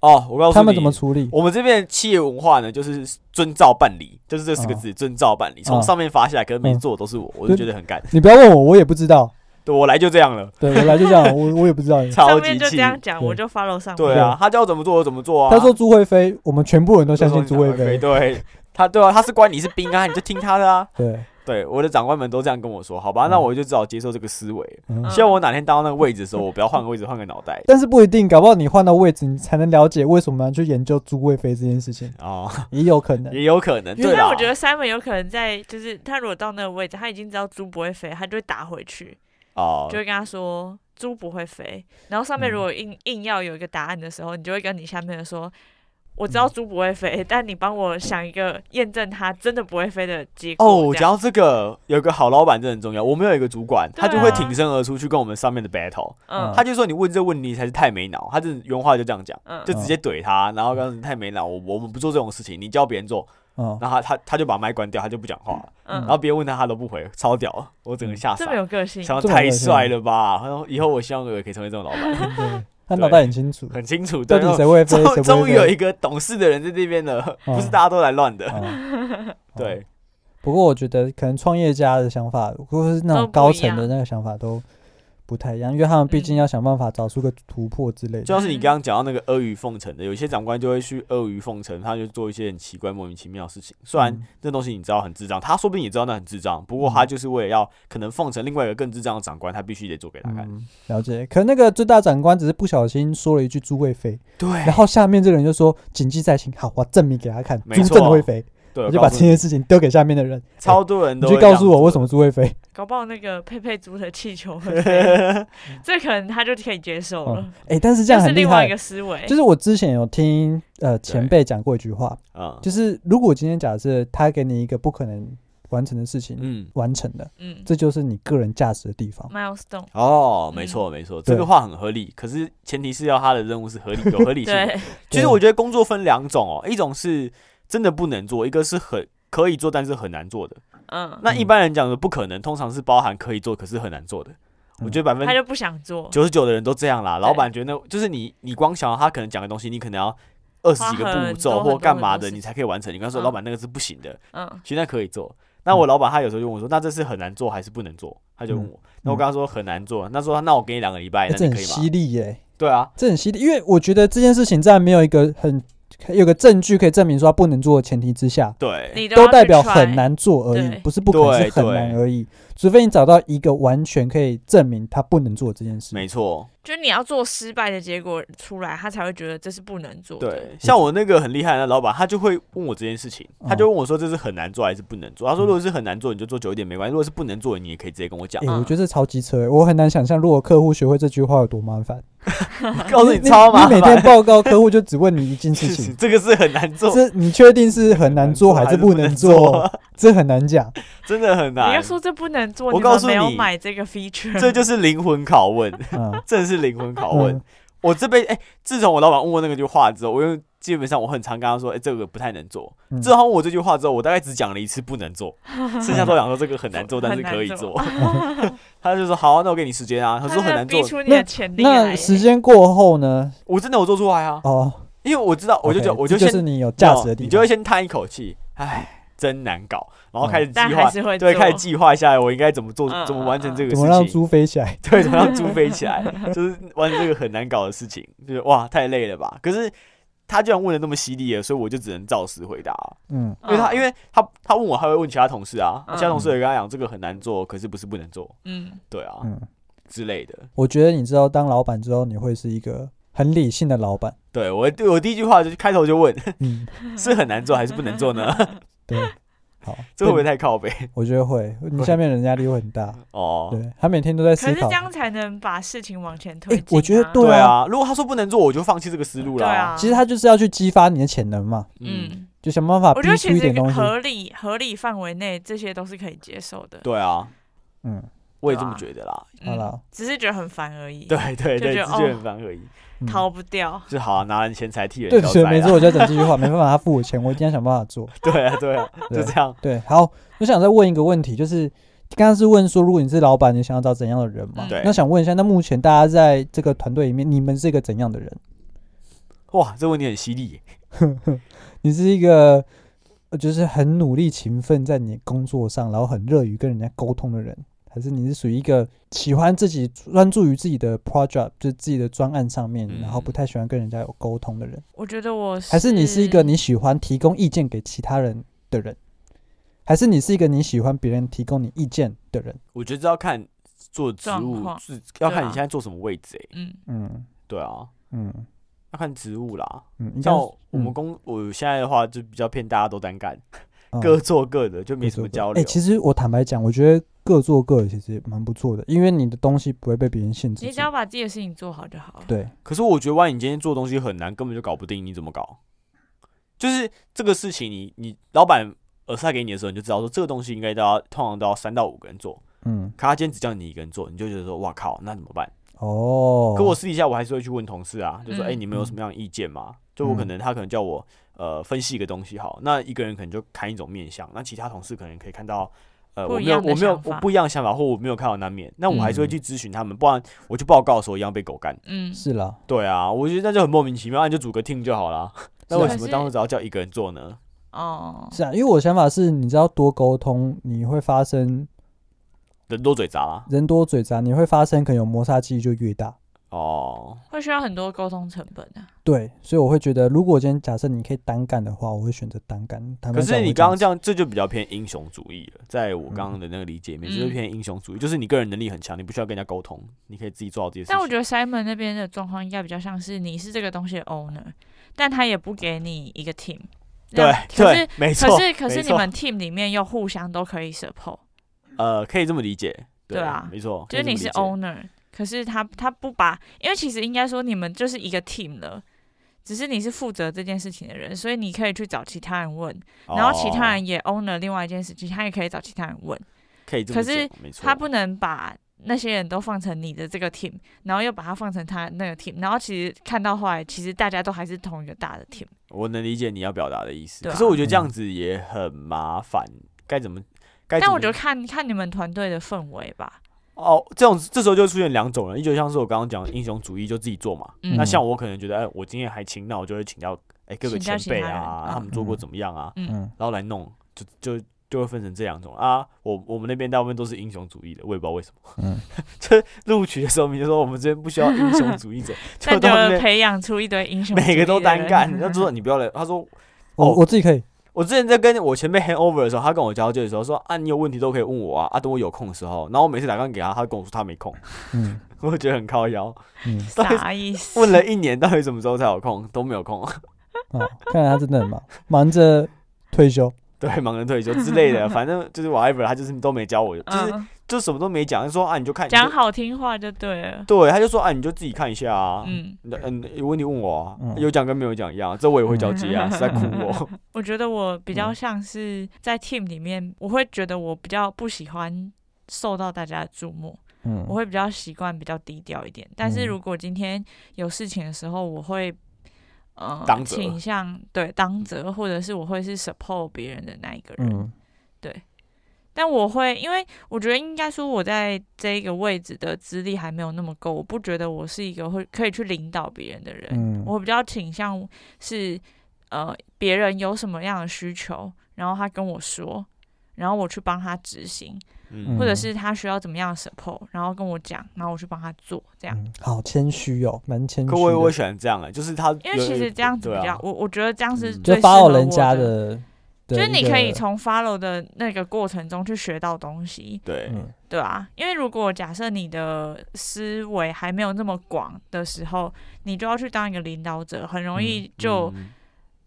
Speaker 3: 哦，我告诉你，
Speaker 1: 他们怎么处理？
Speaker 3: 我们这边的企业文化呢，就是遵照办理，就
Speaker 1: 哦
Speaker 3: 是
Speaker 1: 嗯
Speaker 3: 这四个字，遵照办理。从上面发下来，可是每次做的都是我，我就觉得很干。
Speaker 1: 你不要问我，我也不知道。
Speaker 3: 对我来就这样了，
Speaker 1: 对我来就这样，我我也 不知道耶。
Speaker 3: 超
Speaker 2: 上
Speaker 3: 级
Speaker 2: 面就这
Speaker 3: 气。
Speaker 2: 样讲，
Speaker 1: 对
Speaker 2: 我就 follow 上面。
Speaker 3: 对啊，他叫我怎么做我怎么做啊。
Speaker 1: 他说朱慧菲，我们全部人都
Speaker 3: 都
Speaker 1: 相信朱慧菲，
Speaker 3: 对他对啊，他是官你是兵啊，你就听他的啊。
Speaker 1: 对，
Speaker 3: 对，我的长官们都这样跟我说，好吧，
Speaker 1: 嗯
Speaker 3: 那我就只好接受这个思维。
Speaker 1: 嗯
Speaker 2: 嗯
Speaker 3: 希望我哪天当到那个位置的时候，我不要换个位置，换个脑袋。
Speaker 1: 但是不一定，搞不好你换到位置，你才能了解为什么要去研究朱贵妃这件事情，
Speaker 3: 哦，
Speaker 1: 也有可 能。
Speaker 3: 也有可能，对
Speaker 2: 但
Speaker 3: 啦
Speaker 2: 我。觉得 Simon 有可能在，就是他如果到那个位置，他已经知道猪不会飞，他就会打回去，
Speaker 3: 哦
Speaker 2: 就，会跟他说猪不会飞。然后上面
Speaker 1: 嗯
Speaker 2: 如果硬硬要有一个答案的时候，你就会跟你下面的说，我知道
Speaker 1: 嗯
Speaker 2: 猪不会飞，但你帮我想一个验证它真的不会飞的结果。
Speaker 3: 哦，
Speaker 2: 这
Speaker 3: 讲
Speaker 2: 样
Speaker 3: 到这个，有个好老板真的很重要。我们有一个主管，
Speaker 2: 对啊
Speaker 3: 他就会挺身而出去跟我们上面的 battle。
Speaker 2: 嗯
Speaker 3: 他就说你问这问题才是太没脑，他这原话就这样讲，
Speaker 2: 嗯
Speaker 3: 就直接怼他，然后告诉你太没脑，我我们不做这种事情，你教别人做。
Speaker 1: 嗯，
Speaker 3: 然后他他他就把麦关掉，他就不讲话了。
Speaker 2: 嗯
Speaker 3: 然后别人问他，他都不回，超屌，我整个吓
Speaker 2: 这
Speaker 3: 傻
Speaker 2: 么。有个性，
Speaker 3: 想
Speaker 1: 嗯这
Speaker 3: 到
Speaker 1: 么有
Speaker 3: 太
Speaker 1: 个性
Speaker 3: 帅了吧！然后以后我希望我也可以成为这种老板，
Speaker 1: 对，他脑袋很清楚，
Speaker 3: 很清 楚。
Speaker 1: 到底
Speaker 3: 对，然后
Speaker 1: 谁会飞，谁不
Speaker 3: 终
Speaker 1: 会
Speaker 3: 终于有
Speaker 1: 飞
Speaker 3: 一个懂事的人在这边了，
Speaker 1: 嗯
Speaker 3: 不是大家都来乱 的。
Speaker 1: 啊
Speaker 3: 对，
Speaker 1: 不过我觉得可能创业家的想法，或者是那
Speaker 2: 都
Speaker 1: 种
Speaker 2: 不
Speaker 1: 高
Speaker 2: 一
Speaker 1: 层的
Speaker 2: 样
Speaker 1: 那个想法都不太一样，因为他们毕竟
Speaker 2: 嗯
Speaker 1: 要想办法找出个突破之类
Speaker 3: 就
Speaker 1: 的。
Speaker 3: 像是你刚刚讲到那个阿谀奉承的，有些长官就会去阿谀奉承，他就做一些很奇怪、莫名其妙的事情。虽然
Speaker 1: 嗯
Speaker 3: 这东西你知道很智障，他说不定也知道那很智障，不过他就是为了要可能奉承另外一个更智障的长官，他必须得做给他看。
Speaker 1: 嗯，了解。可那个最大长官只是不小心说了一句“朱贵妃”，
Speaker 2: 哎
Speaker 3: 对
Speaker 1: 然后下面这个人就说：“谨记在心，好，我证明给他看，
Speaker 3: 没
Speaker 1: 朱
Speaker 3: 错
Speaker 1: 正会飞。”
Speaker 3: 对，
Speaker 1: 我
Speaker 3: 我
Speaker 1: 就
Speaker 3: 告
Speaker 1: 把
Speaker 3: 诉
Speaker 1: 这
Speaker 3: 你
Speaker 1: 件事情丢给下面的人，
Speaker 3: 超多人
Speaker 1: 你
Speaker 3: 都
Speaker 1: 去
Speaker 3: 会这
Speaker 1: 告
Speaker 3: 样
Speaker 1: 诉我
Speaker 3: 做
Speaker 1: 为什么猪会飞。
Speaker 2: 搞不好那个佩佩猪的气球会飞， 这可能他就可以接受了。
Speaker 1: 哎、但是这
Speaker 2: 嗯这
Speaker 1: 样
Speaker 2: 是
Speaker 1: 很厉
Speaker 2: 另外一
Speaker 1: 害
Speaker 2: 个。哎思维，
Speaker 1: 就是我之前有听呃前辈讲过一句话，
Speaker 3: 嗯
Speaker 1: 就是如果今天假设他给你一个不可能完成的事情，
Speaker 3: 嗯
Speaker 1: 完成了，
Speaker 2: 嗯
Speaker 1: 这就是你个人价值的地方。
Speaker 2: ，milestone，
Speaker 3: 哦，没
Speaker 2: 嗯
Speaker 3: 错没错，
Speaker 1: 对
Speaker 3: 这个话很合理，可是前提是要他的任务是合理有合理性 的。
Speaker 2: 对，
Speaker 3: 其实
Speaker 1: 对
Speaker 3: 我觉得工作分两种哦，一种是真的不能做，一个是很可以做但是很难做的。
Speaker 2: 嗯，
Speaker 3: 那一般人讲的不可能，通常是包含可以做可是很难做的。
Speaker 1: 嗯
Speaker 3: 我觉得百分
Speaker 2: 他
Speaker 3: 之
Speaker 2: 就不想做，
Speaker 3: 九十九的人都这样啦。
Speaker 2: 对
Speaker 3: 老板觉得就是你，你光想到他可能讲的东西，你可能要二十
Speaker 2: 花
Speaker 3: 几个
Speaker 2: 很
Speaker 3: 步
Speaker 2: 多
Speaker 3: 骤
Speaker 2: 很多
Speaker 3: 或干嘛
Speaker 2: 很多
Speaker 3: 的，
Speaker 2: 时
Speaker 3: 你才可以完成。你刚说
Speaker 2: 嗯
Speaker 3: 老板那个是不行的，
Speaker 2: 嗯，
Speaker 3: 其实那可以做。那
Speaker 1: 嗯
Speaker 3: 我老板他有时候就问我说：“那这是很难做还是不能做？”他就问我，
Speaker 1: 嗯
Speaker 3: 那我跟他说很难做，啊那说那我给你两个礼拜，
Speaker 1: 哎
Speaker 3: 那
Speaker 1: 这
Speaker 3: 你
Speaker 1: 很
Speaker 3: 可以
Speaker 1: 犀
Speaker 3: 吗？
Speaker 1: 利耶、
Speaker 3: 对啊，
Speaker 1: 这很犀利，因为我觉得这件事情在没有一个很有个证据可以证明说他不能做的前提之下，
Speaker 3: 对，
Speaker 2: 你
Speaker 1: 都
Speaker 2: 要
Speaker 1: 代
Speaker 2: 去
Speaker 1: 表
Speaker 2: try
Speaker 1: 很，难做而已
Speaker 2: 对，
Speaker 1: 不是不可能，
Speaker 3: 对
Speaker 1: 是很难
Speaker 3: 对
Speaker 1: 而已。除非你找到一个完全可以证明他不能做这件事。
Speaker 3: 没错。
Speaker 2: 就是你要做失败的结果出来，他才会觉得这是不能做的。
Speaker 3: 对，像我那个很厉害的老板，他就会问我这件事情，
Speaker 1: 嗯
Speaker 3: 他就问我说这是很难做还是不能做。他说如果是很难做，你就做久一点没关系；如果是不能做，你也可以直接跟我讲
Speaker 1: 哎、。
Speaker 2: 嗯
Speaker 1: 我觉得这超级扯、欸，我很难想象，如果客户学会这句话有多麻烦。
Speaker 3: 告诉
Speaker 1: 你
Speaker 3: 你超麻
Speaker 1: 你每天
Speaker 3: 烦，
Speaker 1: 报告客户就只问你一件事情，
Speaker 3: 这个是很难做，
Speaker 1: 这你确定是很难做还是不能做？， 这很难讲。
Speaker 3: 真的很
Speaker 2: 你要
Speaker 3: 难。
Speaker 2: 说这不能做，
Speaker 3: 我
Speaker 2: 们
Speaker 3: 告诉
Speaker 2: 没有
Speaker 3: 你
Speaker 2: 买这个 feature，
Speaker 3: 这就是灵魂拷问，
Speaker 1: 嗯，
Speaker 3: 真的是灵魂拷问
Speaker 1: 嗯。
Speaker 3: 我这辈哎，自从我老板问我那个句话之后，我用基本上我很常跟他说，哎，这个不太能做。
Speaker 1: 嗯
Speaker 3: 自从他问我这句话之后，我大概只讲了一次不能 做，剩下都讲说这个很难做，但是
Speaker 2: 很难
Speaker 3: 可以
Speaker 2: 做
Speaker 3: 做。 他就说好啊，那我给你时间啊。他
Speaker 2: 他
Speaker 3: 说很难做
Speaker 2: 逼，出你的潜力来欸
Speaker 1: 那时间过后呢？
Speaker 3: 我真的有做出来啊，
Speaker 1: 哦，
Speaker 3: 因为我知道，我就
Speaker 1: OK，
Speaker 3: 觉得我就
Speaker 1: 这
Speaker 3: 先
Speaker 1: 就是你有价值
Speaker 3: 没有
Speaker 1: 的地方，
Speaker 3: 你就会先叹一口气，唉，真难搞，然后
Speaker 1: 嗯
Speaker 3: 开始计
Speaker 2: 但
Speaker 3: 划
Speaker 2: 还，是会
Speaker 3: 对，
Speaker 2: 做
Speaker 3: 开始计划一下我应该怎么做，
Speaker 2: 嗯
Speaker 3: 怎么完成这个
Speaker 1: 怎么让
Speaker 3: 事情，
Speaker 1: 猪飞起来？
Speaker 3: 对，怎么 让猪飞起来，就是完成这个很难搞的事情，就是哇，太累了吧？可是。他居然问的那么犀利了，所以我就只能照实回答、啊
Speaker 1: 嗯，
Speaker 3: 因为他，因
Speaker 2: 为
Speaker 3: 为他他问我，还会问其他同事啊，
Speaker 2: 嗯
Speaker 3: 其他同事也跟他讲这个很难做，可是不是不能做，
Speaker 2: 嗯
Speaker 3: 对啊、
Speaker 1: 嗯
Speaker 3: 之类的。
Speaker 1: 我觉得你知道，当老板之后，你会是一个很理性的老 板。
Speaker 3: 对我我第一句话就开头就 问，
Speaker 1: 嗯，
Speaker 3: 是很难做还是不能做呢？
Speaker 1: 对，好，
Speaker 3: 这会不会
Speaker 1: 对
Speaker 3: 太靠背？
Speaker 1: 我觉得会，你
Speaker 3: 会
Speaker 1: 下面人压力会很大。
Speaker 3: 哦，
Speaker 1: 对他每天都在
Speaker 2: 可
Speaker 1: 思
Speaker 2: 是这
Speaker 1: 考。
Speaker 2: 样才能把事情往前
Speaker 1: 哎
Speaker 2: 推进啊。
Speaker 1: 我觉得对
Speaker 3: 对啊，如果他说不能做，我就放弃这个思路
Speaker 2: 对
Speaker 3: 啦。
Speaker 2: 啊，
Speaker 1: 其实他就是要去激发你的潜能嘛，
Speaker 3: 嗯，
Speaker 2: 嗯，
Speaker 1: 就想办法
Speaker 2: 我
Speaker 1: 逼
Speaker 2: 觉得
Speaker 1: 出
Speaker 2: 其
Speaker 1: 一点
Speaker 2: 实
Speaker 1: 东西。
Speaker 2: 合理合理范围内，这些都是可以接受的。
Speaker 3: 对啊，
Speaker 1: 嗯，
Speaker 3: 我也这么觉得啦。
Speaker 2: 嗯
Speaker 1: 好了，
Speaker 2: 只是觉得很烦而已，
Speaker 3: 对对对，
Speaker 2: 就
Speaker 3: 这
Speaker 2: 觉得哦
Speaker 3: 就很反而已。
Speaker 1: 嗯
Speaker 2: 逃不掉。
Speaker 3: 就好啊拿人钱财替人
Speaker 1: 对，
Speaker 3: 消
Speaker 1: 所以
Speaker 3: 灾
Speaker 1: 没错，
Speaker 3: 啦。
Speaker 1: 我就要讲这句话，没办法，他付我钱，我一定要想办法做。
Speaker 3: 对啊对啊，
Speaker 1: 对
Speaker 3: 就这样。
Speaker 1: 对，好，我想再问一个问题，就是刚刚是问说，如果你是老板，你想要找怎样的人嘛？
Speaker 2: 嗯
Speaker 3: 对
Speaker 1: 那想问一下，那目前大家在这个团队里面，你们是一个怎样的人？
Speaker 3: 哇，这问题很犀利耶。
Speaker 1: 你是一个呃就是很努力、勤奋在你工作上，然后很乐于跟人家沟通的人，还是你是属于一个喜欢自己专注于自己的 project，就是自己的专案上面，
Speaker 3: 嗯
Speaker 1: 然后不太喜欢跟人家有沟通的人？
Speaker 2: 我觉得我
Speaker 1: 还是你是一个你喜欢提供意见给其他人的人？还是你是一个你喜欢别人提供你意见的人？
Speaker 3: 我觉得这要看做职
Speaker 2: 状
Speaker 3: 务
Speaker 2: 况
Speaker 3: 是要看
Speaker 2: 对
Speaker 3: 你
Speaker 2: 啊
Speaker 3: 现在做什么位置诶、
Speaker 2: 嗯
Speaker 1: 嗯
Speaker 3: 对啊，
Speaker 1: 嗯
Speaker 3: 要看职务啦。
Speaker 1: 嗯，应该
Speaker 3: 像
Speaker 1: 是
Speaker 3: 我我们
Speaker 1: 嗯
Speaker 3: 公，我现在的话就比较偏大家都单干，
Speaker 1: 嗯
Speaker 3: 各做各的，就没
Speaker 1: 各
Speaker 3: 什
Speaker 1: 做
Speaker 3: 么交
Speaker 1: 各
Speaker 3: 流。
Speaker 1: 哎、其实我坦白讲，我觉得各做各的其实蛮不错的，因为你的东西不会被别人限制
Speaker 2: 你只
Speaker 1: 住。
Speaker 2: 要把自己的事情做好就好了。
Speaker 1: 对，
Speaker 3: 可是我觉得，万一你今天做东西很难，根本就搞不定，你怎么搞？就是这个事情你，你老板耳塞给你的时候，你就知道说这个东西应该都要通常都要三到五个人做，
Speaker 1: 嗯，
Speaker 3: 可他今天只叫你一个人做，你就觉得说哇靠，那怎么办？
Speaker 1: 哦，
Speaker 3: 可我私底下我还是会去问同事啊，就说
Speaker 2: 嗯
Speaker 3: 哎、你们有什么样的意见吗？就
Speaker 1: 嗯
Speaker 3: 我可能他可能叫我呃分析一个东西好，那一个人可能就看一种面相，那其他同事可能可以看到。呃，
Speaker 2: 不
Speaker 3: 我
Speaker 2: 一
Speaker 3: 没有，
Speaker 2: 样的
Speaker 3: 我没有
Speaker 2: 想，
Speaker 3: 我
Speaker 2: 法
Speaker 3: 不一样的想法，或我没有看到难免，那我还是会
Speaker 1: 嗯
Speaker 3: 去咨询他们，不然我去报告的时候一样被狗干。
Speaker 2: 嗯，
Speaker 1: 是啦，
Speaker 3: 对啊，我觉得那就很莫名其妙，那你就组个 team 就好啦。 那
Speaker 1: 是啊
Speaker 3: 为什么当时只要叫一个人做呢？
Speaker 2: 哦，
Speaker 1: 是啊，因为我的想法是，你知道多沟通，你会发生
Speaker 3: 人多嘴杂啦。
Speaker 1: 人多嘴杂，你会发生可能有摩擦几率就越大。
Speaker 3: 哦，
Speaker 2: 会需要很多沟通成本啊。
Speaker 1: 对，所以我会觉得，如果今天假设你可以单干的话，我会选择单干。坦白
Speaker 3: 可
Speaker 1: 讲
Speaker 3: 是
Speaker 1: 我
Speaker 3: 你
Speaker 1: 会这样
Speaker 3: 刚刚
Speaker 1: 子
Speaker 3: 这样，这就比较偏英雄主义了。在我刚刚的那个理解里面，
Speaker 2: 嗯
Speaker 3: 就是偏英雄主义，就是你个人能力很强，你不需要跟人家沟通，你可以自己做好自己的事情。
Speaker 2: 但我觉得 Simon 那边的状况应该比较像是你是这个东西的 owner，但他也不给你一个 team 那。
Speaker 3: 对
Speaker 2: 可是
Speaker 3: 对，没错。
Speaker 2: 可是可是
Speaker 3: 没
Speaker 2: 你
Speaker 3: 错
Speaker 2: 们 team 里面又互相都可以 support，
Speaker 3: 呃，可以这么理解。
Speaker 2: 对啊
Speaker 3: 没错，
Speaker 2: 就是你是
Speaker 3: 可以这么理解
Speaker 2: owner，可是他他不把，因为其实应该说你们就是一个 team 了。只是你是负责这件事情的人，所以你可以去找其他人问，然后其他
Speaker 3: 哦
Speaker 2: 人也 owner 另外一件事情，他也可以找其他人问。
Speaker 3: 可以这
Speaker 2: 可
Speaker 3: 么
Speaker 2: 是
Speaker 3: 讲，没错。
Speaker 2: 他不能把那些人都放成你的这个 team，然后又把它放成他那个 team，然后其实看到后来，其实大家都还是同一个大的 team。
Speaker 3: 我能理解你要表达的意思，
Speaker 2: 对啊
Speaker 3: 可是我觉得这样子也很麻烦，该怎么？该哎怎
Speaker 2: 但
Speaker 3: 么
Speaker 2: 我觉得看看你们团队的氛围吧。
Speaker 3: 哦，这种这时候就出现两种人，一就像是我刚刚讲的英雄主义，就自己做嘛。
Speaker 2: 嗯
Speaker 3: 那像我可能觉得，哎、我今天还请，那我就会请到哎、各
Speaker 2: 请
Speaker 3: 个
Speaker 2: 教
Speaker 3: 前
Speaker 2: 其
Speaker 3: 辈
Speaker 2: 他人
Speaker 3: 啊，
Speaker 2: 嗯
Speaker 3: 他们做过怎么样啊，
Speaker 1: 嗯，
Speaker 3: 然后来弄，就就就会分成这两种啊。我我们那边大部分都是英雄主义的，我也不知道为什么。
Speaker 1: 嗯
Speaker 3: 这录取的时候，你就说我们这边不需 要英雄主义者，
Speaker 2: 但
Speaker 3: 到
Speaker 2: 就
Speaker 3: 那边
Speaker 2: 培养出一堆英雄主义的人，
Speaker 3: 每个都单干。他 说你不要来，他说
Speaker 1: 我、
Speaker 3: 哦
Speaker 1: 我自己可以，
Speaker 3: 我之前在跟我前辈 hand over 的时候，他跟我交接的时候说啊，你有问题都可以问我啊，啊，等我有空的时候。然后我每次打电话给他，他跟我说他没空，
Speaker 1: 嗯
Speaker 3: 我觉得很靠腰。
Speaker 1: 嗯，
Speaker 3: 到底
Speaker 2: 啥意思？
Speaker 3: 问了一年，到底什么时候才有空？都没有空，
Speaker 1: 哦，看来他真的很忙， 忙着退休。
Speaker 3: 对，忙着退休之 类的，反正就是 whatever，他就是都没教我，就是
Speaker 2: 嗯，
Speaker 3: 就什么都没讲，就说啊，你就看，你就
Speaker 2: 讲好听话就对了。
Speaker 3: 对，他就说啊，你就自己看一下啊，
Speaker 2: 嗯，
Speaker 3: 那嗯，有问题问我啊，
Speaker 1: 嗯
Speaker 3: 有讲跟没有讲一样，这我也会交 接啊，
Speaker 2: 嗯
Speaker 3: 是在哭我，
Speaker 2: 我觉得我比较
Speaker 1: 嗯
Speaker 2: 像是在 team 里面，我会觉得我比较不喜欢受到大家的注目。
Speaker 1: 嗯，
Speaker 2: 我会比较习惯比较低调一点。但是
Speaker 1: 嗯
Speaker 2: 如果今天有事情的时候，我会呃
Speaker 3: 当责
Speaker 2: 倾向对当责，或者是我会是 support 别人的那一个人。
Speaker 1: 嗯
Speaker 2: 但我会，因为我觉得应该说我在这一个位置的资历还没有那么够，我不觉得我是一个会可以去领导别人的人。
Speaker 1: 嗯
Speaker 2: 我比较倾向是呃别人有什么样的需求，然后他跟我说。然后我去帮他执行，
Speaker 3: 嗯
Speaker 2: 或者是他需要怎么样的 support，然后跟我讲，然后我去帮他做，这样。
Speaker 1: 嗯，好谦虚哦，蛮谦虚
Speaker 3: 可
Speaker 1: 的。
Speaker 3: 我我喜欢这样哎，就是他
Speaker 2: 因为其实这样子比
Speaker 3: 对
Speaker 2: 较，
Speaker 3: 啊
Speaker 2: 我我觉得这样是
Speaker 1: 就
Speaker 3: 嗯
Speaker 2: 最适合
Speaker 1: follow
Speaker 2: 我
Speaker 1: 人家
Speaker 2: 的，
Speaker 1: 的，
Speaker 2: 就
Speaker 1: 的
Speaker 2: 是
Speaker 1: 一
Speaker 2: 你
Speaker 1: 个
Speaker 2: 可以从 follow 的那个过程中去学到东西，
Speaker 3: 对，
Speaker 1: 嗯
Speaker 2: 对啊，因为如果假设你的思维还没有那么广的时候，你就要去当一个领导者，很容易就
Speaker 3: 嗯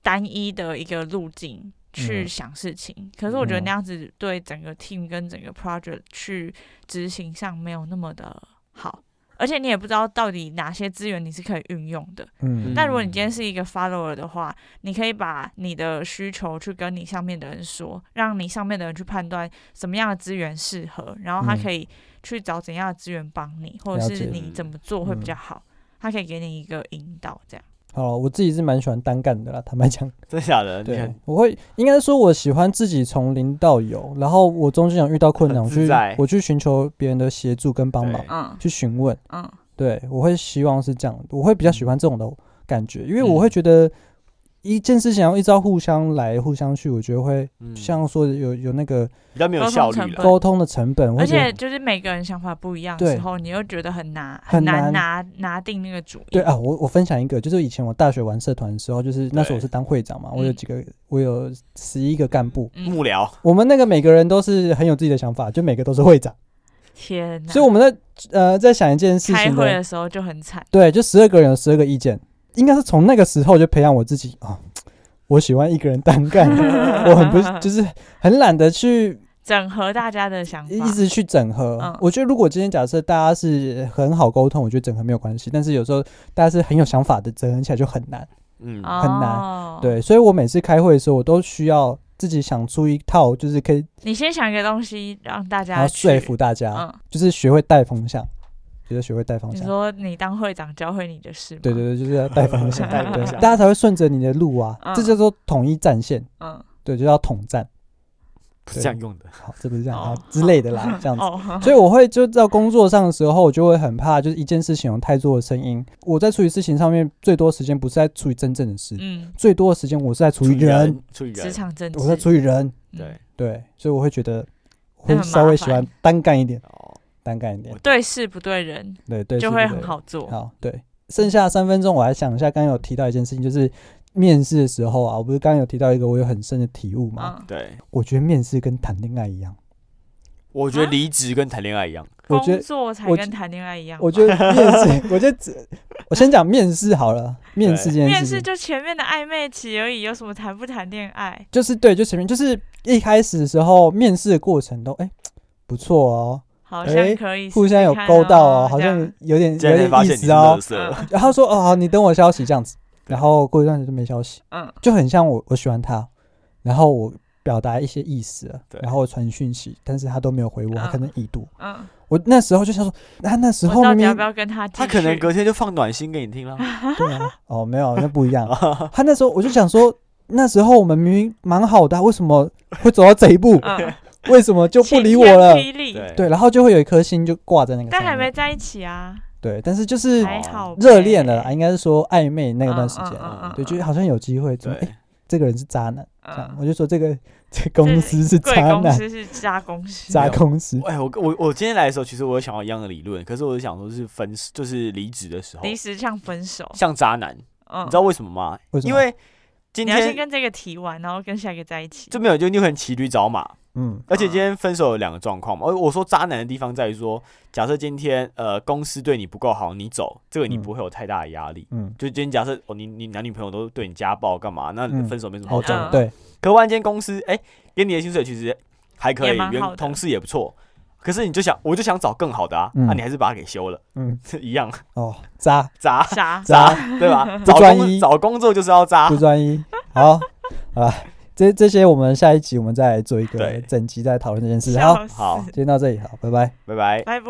Speaker 2: 单一的一个路径去
Speaker 1: 嗯
Speaker 2: 想事情。可是我觉得
Speaker 1: 嗯
Speaker 2: 那样子对整个 team 跟整个 project 去执行上没有那么的好，而且你也不知道到底哪些资源你是可以运用的。
Speaker 1: 嗯
Speaker 2: 那如果你今天
Speaker 3: 嗯
Speaker 2: 是一个 follower 的话，你可以把你的需求去跟你上面的人说，让你上面的人去判断什么样的资源适合，然后他
Speaker 1: 嗯
Speaker 2: 可以去找怎样的资源帮你，或者
Speaker 1: 了解嗯
Speaker 2: 是你怎么做会比较好，他可以给你一个引导，这样。
Speaker 1: 好，我自己是蛮喜欢单干的啦，坦白讲。
Speaker 3: 真假的，你
Speaker 1: 对
Speaker 3: 很，
Speaker 1: 我会应该说，我喜欢自己从零到有，然后我中间有遇到困难，
Speaker 3: 很
Speaker 1: 我
Speaker 3: 自
Speaker 1: 去
Speaker 3: 在
Speaker 1: 我去寻求别人的协助跟帮忙
Speaker 3: 对，
Speaker 2: 嗯
Speaker 1: 去询问。
Speaker 2: 嗯
Speaker 1: 对，我会希望是这样，我会比较喜欢这种的感觉，因为我
Speaker 3: 嗯
Speaker 1: 会觉得一件事情要一直要互相来互相去，我觉得会
Speaker 3: 嗯，
Speaker 1: 像说有有那个
Speaker 3: 比较没有
Speaker 2: 沟通
Speaker 3: 效率
Speaker 2: 成
Speaker 3: 了
Speaker 2: 本。
Speaker 1: 沟通的成本，或
Speaker 2: 而
Speaker 1: 者
Speaker 2: 且就是每个人想法不一样的
Speaker 1: 对
Speaker 2: 时候，你又觉得很难
Speaker 1: 很难
Speaker 2: 难拿拿定那个主意。
Speaker 1: 对啊，我我分享一个，就是以前我大学玩社团的时候，就是那时候我
Speaker 3: 对
Speaker 1: 是当会长嘛，我有
Speaker 2: 嗯
Speaker 1: 几个，我有十一个干部，
Speaker 2: 嗯，
Speaker 3: 幕僚，
Speaker 1: 我们那个每个人都是很有自己的想法，就每个都是会长，
Speaker 2: 天哪！
Speaker 1: 所以我们在呃在想一件事
Speaker 2: 嗯开
Speaker 1: 情
Speaker 2: 会
Speaker 1: 的，
Speaker 2: 的时候就很惨，
Speaker 1: 对，就十二个人有十二个意见，应该是从那个时候就培养我自己啊，我喜欢一个人单 干，我很不就是很懒得去
Speaker 2: 整合大家的 想法
Speaker 1: 一。直去整合。
Speaker 2: 嗯
Speaker 1: 我觉得如果今天假设大家是很好沟通，我觉得整合没有关系，但是有时候大家是很有想法的，整合起来就很难。
Speaker 3: 嗯，
Speaker 1: 很难
Speaker 2: 哦，
Speaker 1: 对，所以我每次开会的时候，我都需要自己想出一套，就是可以
Speaker 2: 你先想一个东西让大
Speaker 1: 然
Speaker 2: 家
Speaker 1: 后说
Speaker 2: 去
Speaker 1: 服大家，
Speaker 2: 嗯，
Speaker 1: 就是学会带风向，就是学会带风
Speaker 2: 你
Speaker 1: 向。
Speaker 2: 说你当会长教会你的事吗？
Speaker 1: 对对对，就是要带风 向，
Speaker 3: 带风
Speaker 1: 对，
Speaker 3: 向
Speaker 1: 大家才会顺着你的路啊，这
Speaker 2: 嗯
Speaker 1: 叫做统一战线，
Speaker 2: 嗯，
Speaker 1: 对，就叫统战。
Speaker 3: 不是这样用的。
Speaker 1: 好，这不是这样啊
Speaker 2: 哦
Speaker 1: 之类的啦，这样子。
Speaker 2: 哦，
Speaker 1: 所以我会就到工作上的时候，我就会很怕，就是一件事情有太多的声音。我在处理事情上面，最多时间不是在处理真正的事，
Speaker 2: 嗯，
Speaker 1: 最多的时间我是在 处理人，，
Speaker 3: 处理
Speaker 2: 职
Speaker 3: 人，
Speaker 2: 场政治，
Speaker 1: 我在处理人，
Speaker 2: 嗯
Speaker 3: 对，
Speaker 1: 对，所以我会觉得我会
Speaker 2: 那很
Speaker 1: 稍
Speaker 2: 麻
Speaker 1: 微喜欢
Speaker 2: 烦
Speaker 1: 单干一点，
Speaker 3: 哦，
Speaker 1: 单干一点
Speaker 3: 我，
Speaker 2: 对事不对人，
Speaker 1: 对对，
Speaker 2: 就是会
Speaker 1: 的
Speaker 2: 很
Speaker 1: 对
Speaker 2: 好做。
Speaker 1: 好，对，剩下三分钟，我还想一下，刚刚有提到一件事情，就是面试的时候啊，我不是刚刚有提到一个我有很深的体悟嘛？
Speaker 2: 嗯，
Speaker 3: 对，
Speaker 1: 我觉得面试跟谈恋爱一样，
Speaker 3: 我觉得
Speaker 2: 啊
Speaker 3: 离职跟谈恋爱一样，
Speaker 1: 我觉
Speaker 2: 工
Speaker 1: 得
Speaker 2: 作才
Speaker 1: 我
Speaker 2: 跟
Speaker 1: 觉
Speaker 2: 谈恋爱一样吧。
Speaker 1: 我觉得面试，我 觉得只我先讲面试好 了，面试这件
Speaker 2: 面
Speaker 1: 事
Speaker 2: 试
Speaker 1: 情
Speaker 2: 就前面的暧昧期而已，有什么谈不谈恋爱？
Speaker 1: 就是对，就前面就是一开始的时候，面试的过程都哎、不错哦，
Speaker 2: 好
Speaker 1: 哎
Speaker 2: 像可以试试看哦、
Speaker 1: 互相有勾到哦，好
Speaker 2: 这
Speaker 1: 像
Speaker 2: 样
Speaker 1: 有点有
Speaker 3: 竟然
Speaker 1: 点
Speaker 3: 发
Speaker 1: 意
Speaker 3: 现你是
Speaker 1: 思哦
Speaker 3: 垃。圾，
Speaker 2: 嗯
Speaker 1: 然后他说：“哦，好，你等我消息这样子。”然后过一段时间就没消息，
Speaker 2: 嗯
Speaker 1: 就很像我我喜欢他，然后我表达一些意思了，
Speaker 3: 对
Speaker 1: 然后我传讯息，但是他都没有回我，他可能已读。
Speaker 2: 嗯，
Speaker 1: 我那时候就想说，他那时
Speaker 2: 我
Speaker 1: 候
Speaker 2: 到
Speaker 1: 明
Speaker 2: 底要
Speaker 1: 明
Speaker 2: 不要跟他继续？
Speaker 3: 他可能隔天就放暖心给 你听了。
Speaker 1: 对啊，哦，没有，那不一样。他那时候我就想说，那时候我们明明蛮好的啊、为什么会走到这一步？
Speaker 2: 嗯
Speaker 1: 为什 么就不理我了
Speaker 2: 晴？天霹雳，
Speaker 3: 对
Speaker 1: 对，然后就会有一颗心就挂在那个上
Speaker 2: 但
Speaker 1: 面，
Speaker 2: 还没在一起啊，
Speaker 1: 对，但是就是
Speaker 2: 还好呗
Speaker 1: 热恋了啦，啊应该是说暧昧那段时间，
Speaker 2: 嗯嗯嗯嗯
Speaker 1: 对，就是好像有机会，怎么哎、
Speaker 3: 对，
Speaker 1: 这个人是渣男，这样、
Speaker 2: 嗯，
Speaker 1: 我就说这个这公司是
Speaker 2: 贵
Speaker 1: 渣
Speaker 2: 公
Speaker 1: 男，
Speaker 2: 司是渣公司，
Speaker 1: 渣
Speaker 3: 没有
Speaker 1: 公司，
Speaker 3: 哎，我我我今天来的时候，其实我有想到一样的理论，可是我就想说是分，就是离职的时候，
Speaker 2: 临时像分手，
Speaker 3: 像渣男，你
Speaker 2: 嗯
Speaker 3: 知，道为什么吗？
Speaker 1: 为什么
Speaker 3: 因为今
Speaker 2: 你要先
Speaker 3: 天
Speaker 2: 跟这个提完，然后跟下一个在一起，
Speaker 3: 就没有，就你很骑驴找马，
Speaker 1: 嗯，
Speaker 3: 而且今天分手有两个状况嘛，而我说渣男的地方在于说，假设今天呃公司对你不够好，你走，这个你
Speaker 1: 嗯
Speaker 3: 不会有太大的压力。
Speaker 1: 嗯，
Speaker 3: 就今天假设哦，你你男女朋友都对你家暴干嘛？那
Speaker 1: 嗯
Speaker 3: 分手没什么
Speaker 1: 好
Speaker 3: 好啊讲。
Speaker 1: 讲
Speaker 2: 嗯
Speaker 1: 对，
Speaker 3: 可忽然间公司哎、给你的薪水其实还可
Speaker 2: 也
Speaker 3: 以，
Speaker 2: 蛮好的
Speaker 3: 员同事也不错，可是你就想我就想找更好的啊，那、
Speaker 1: 嗯
Speaker 3: 你还是把他给休了，
Speaker 1: 嗯，
Speaker 3: 一样
Speaker 1: 哦，渣
Speaker 3: 渣
Speaker 2: 渣，
Speaker 3: 渣对吧？找
Speaker 1: 专
Speaker 3: 工
Speaker 1: 一
Speaker 3: 找工作就是要渣
Speaker 1: 不，专一，好，好吧，这这些我们下一集我们再来做一个
Speaker 3: 对
Speaker 1: 整集再讨论这件事，好，
Speaker 2: 笑死
Speaker 3: 好
Speaker 1: 今天到这里，好，拜拜。
Speaker 3: 拜拜。
Speaker 2: 拜拜。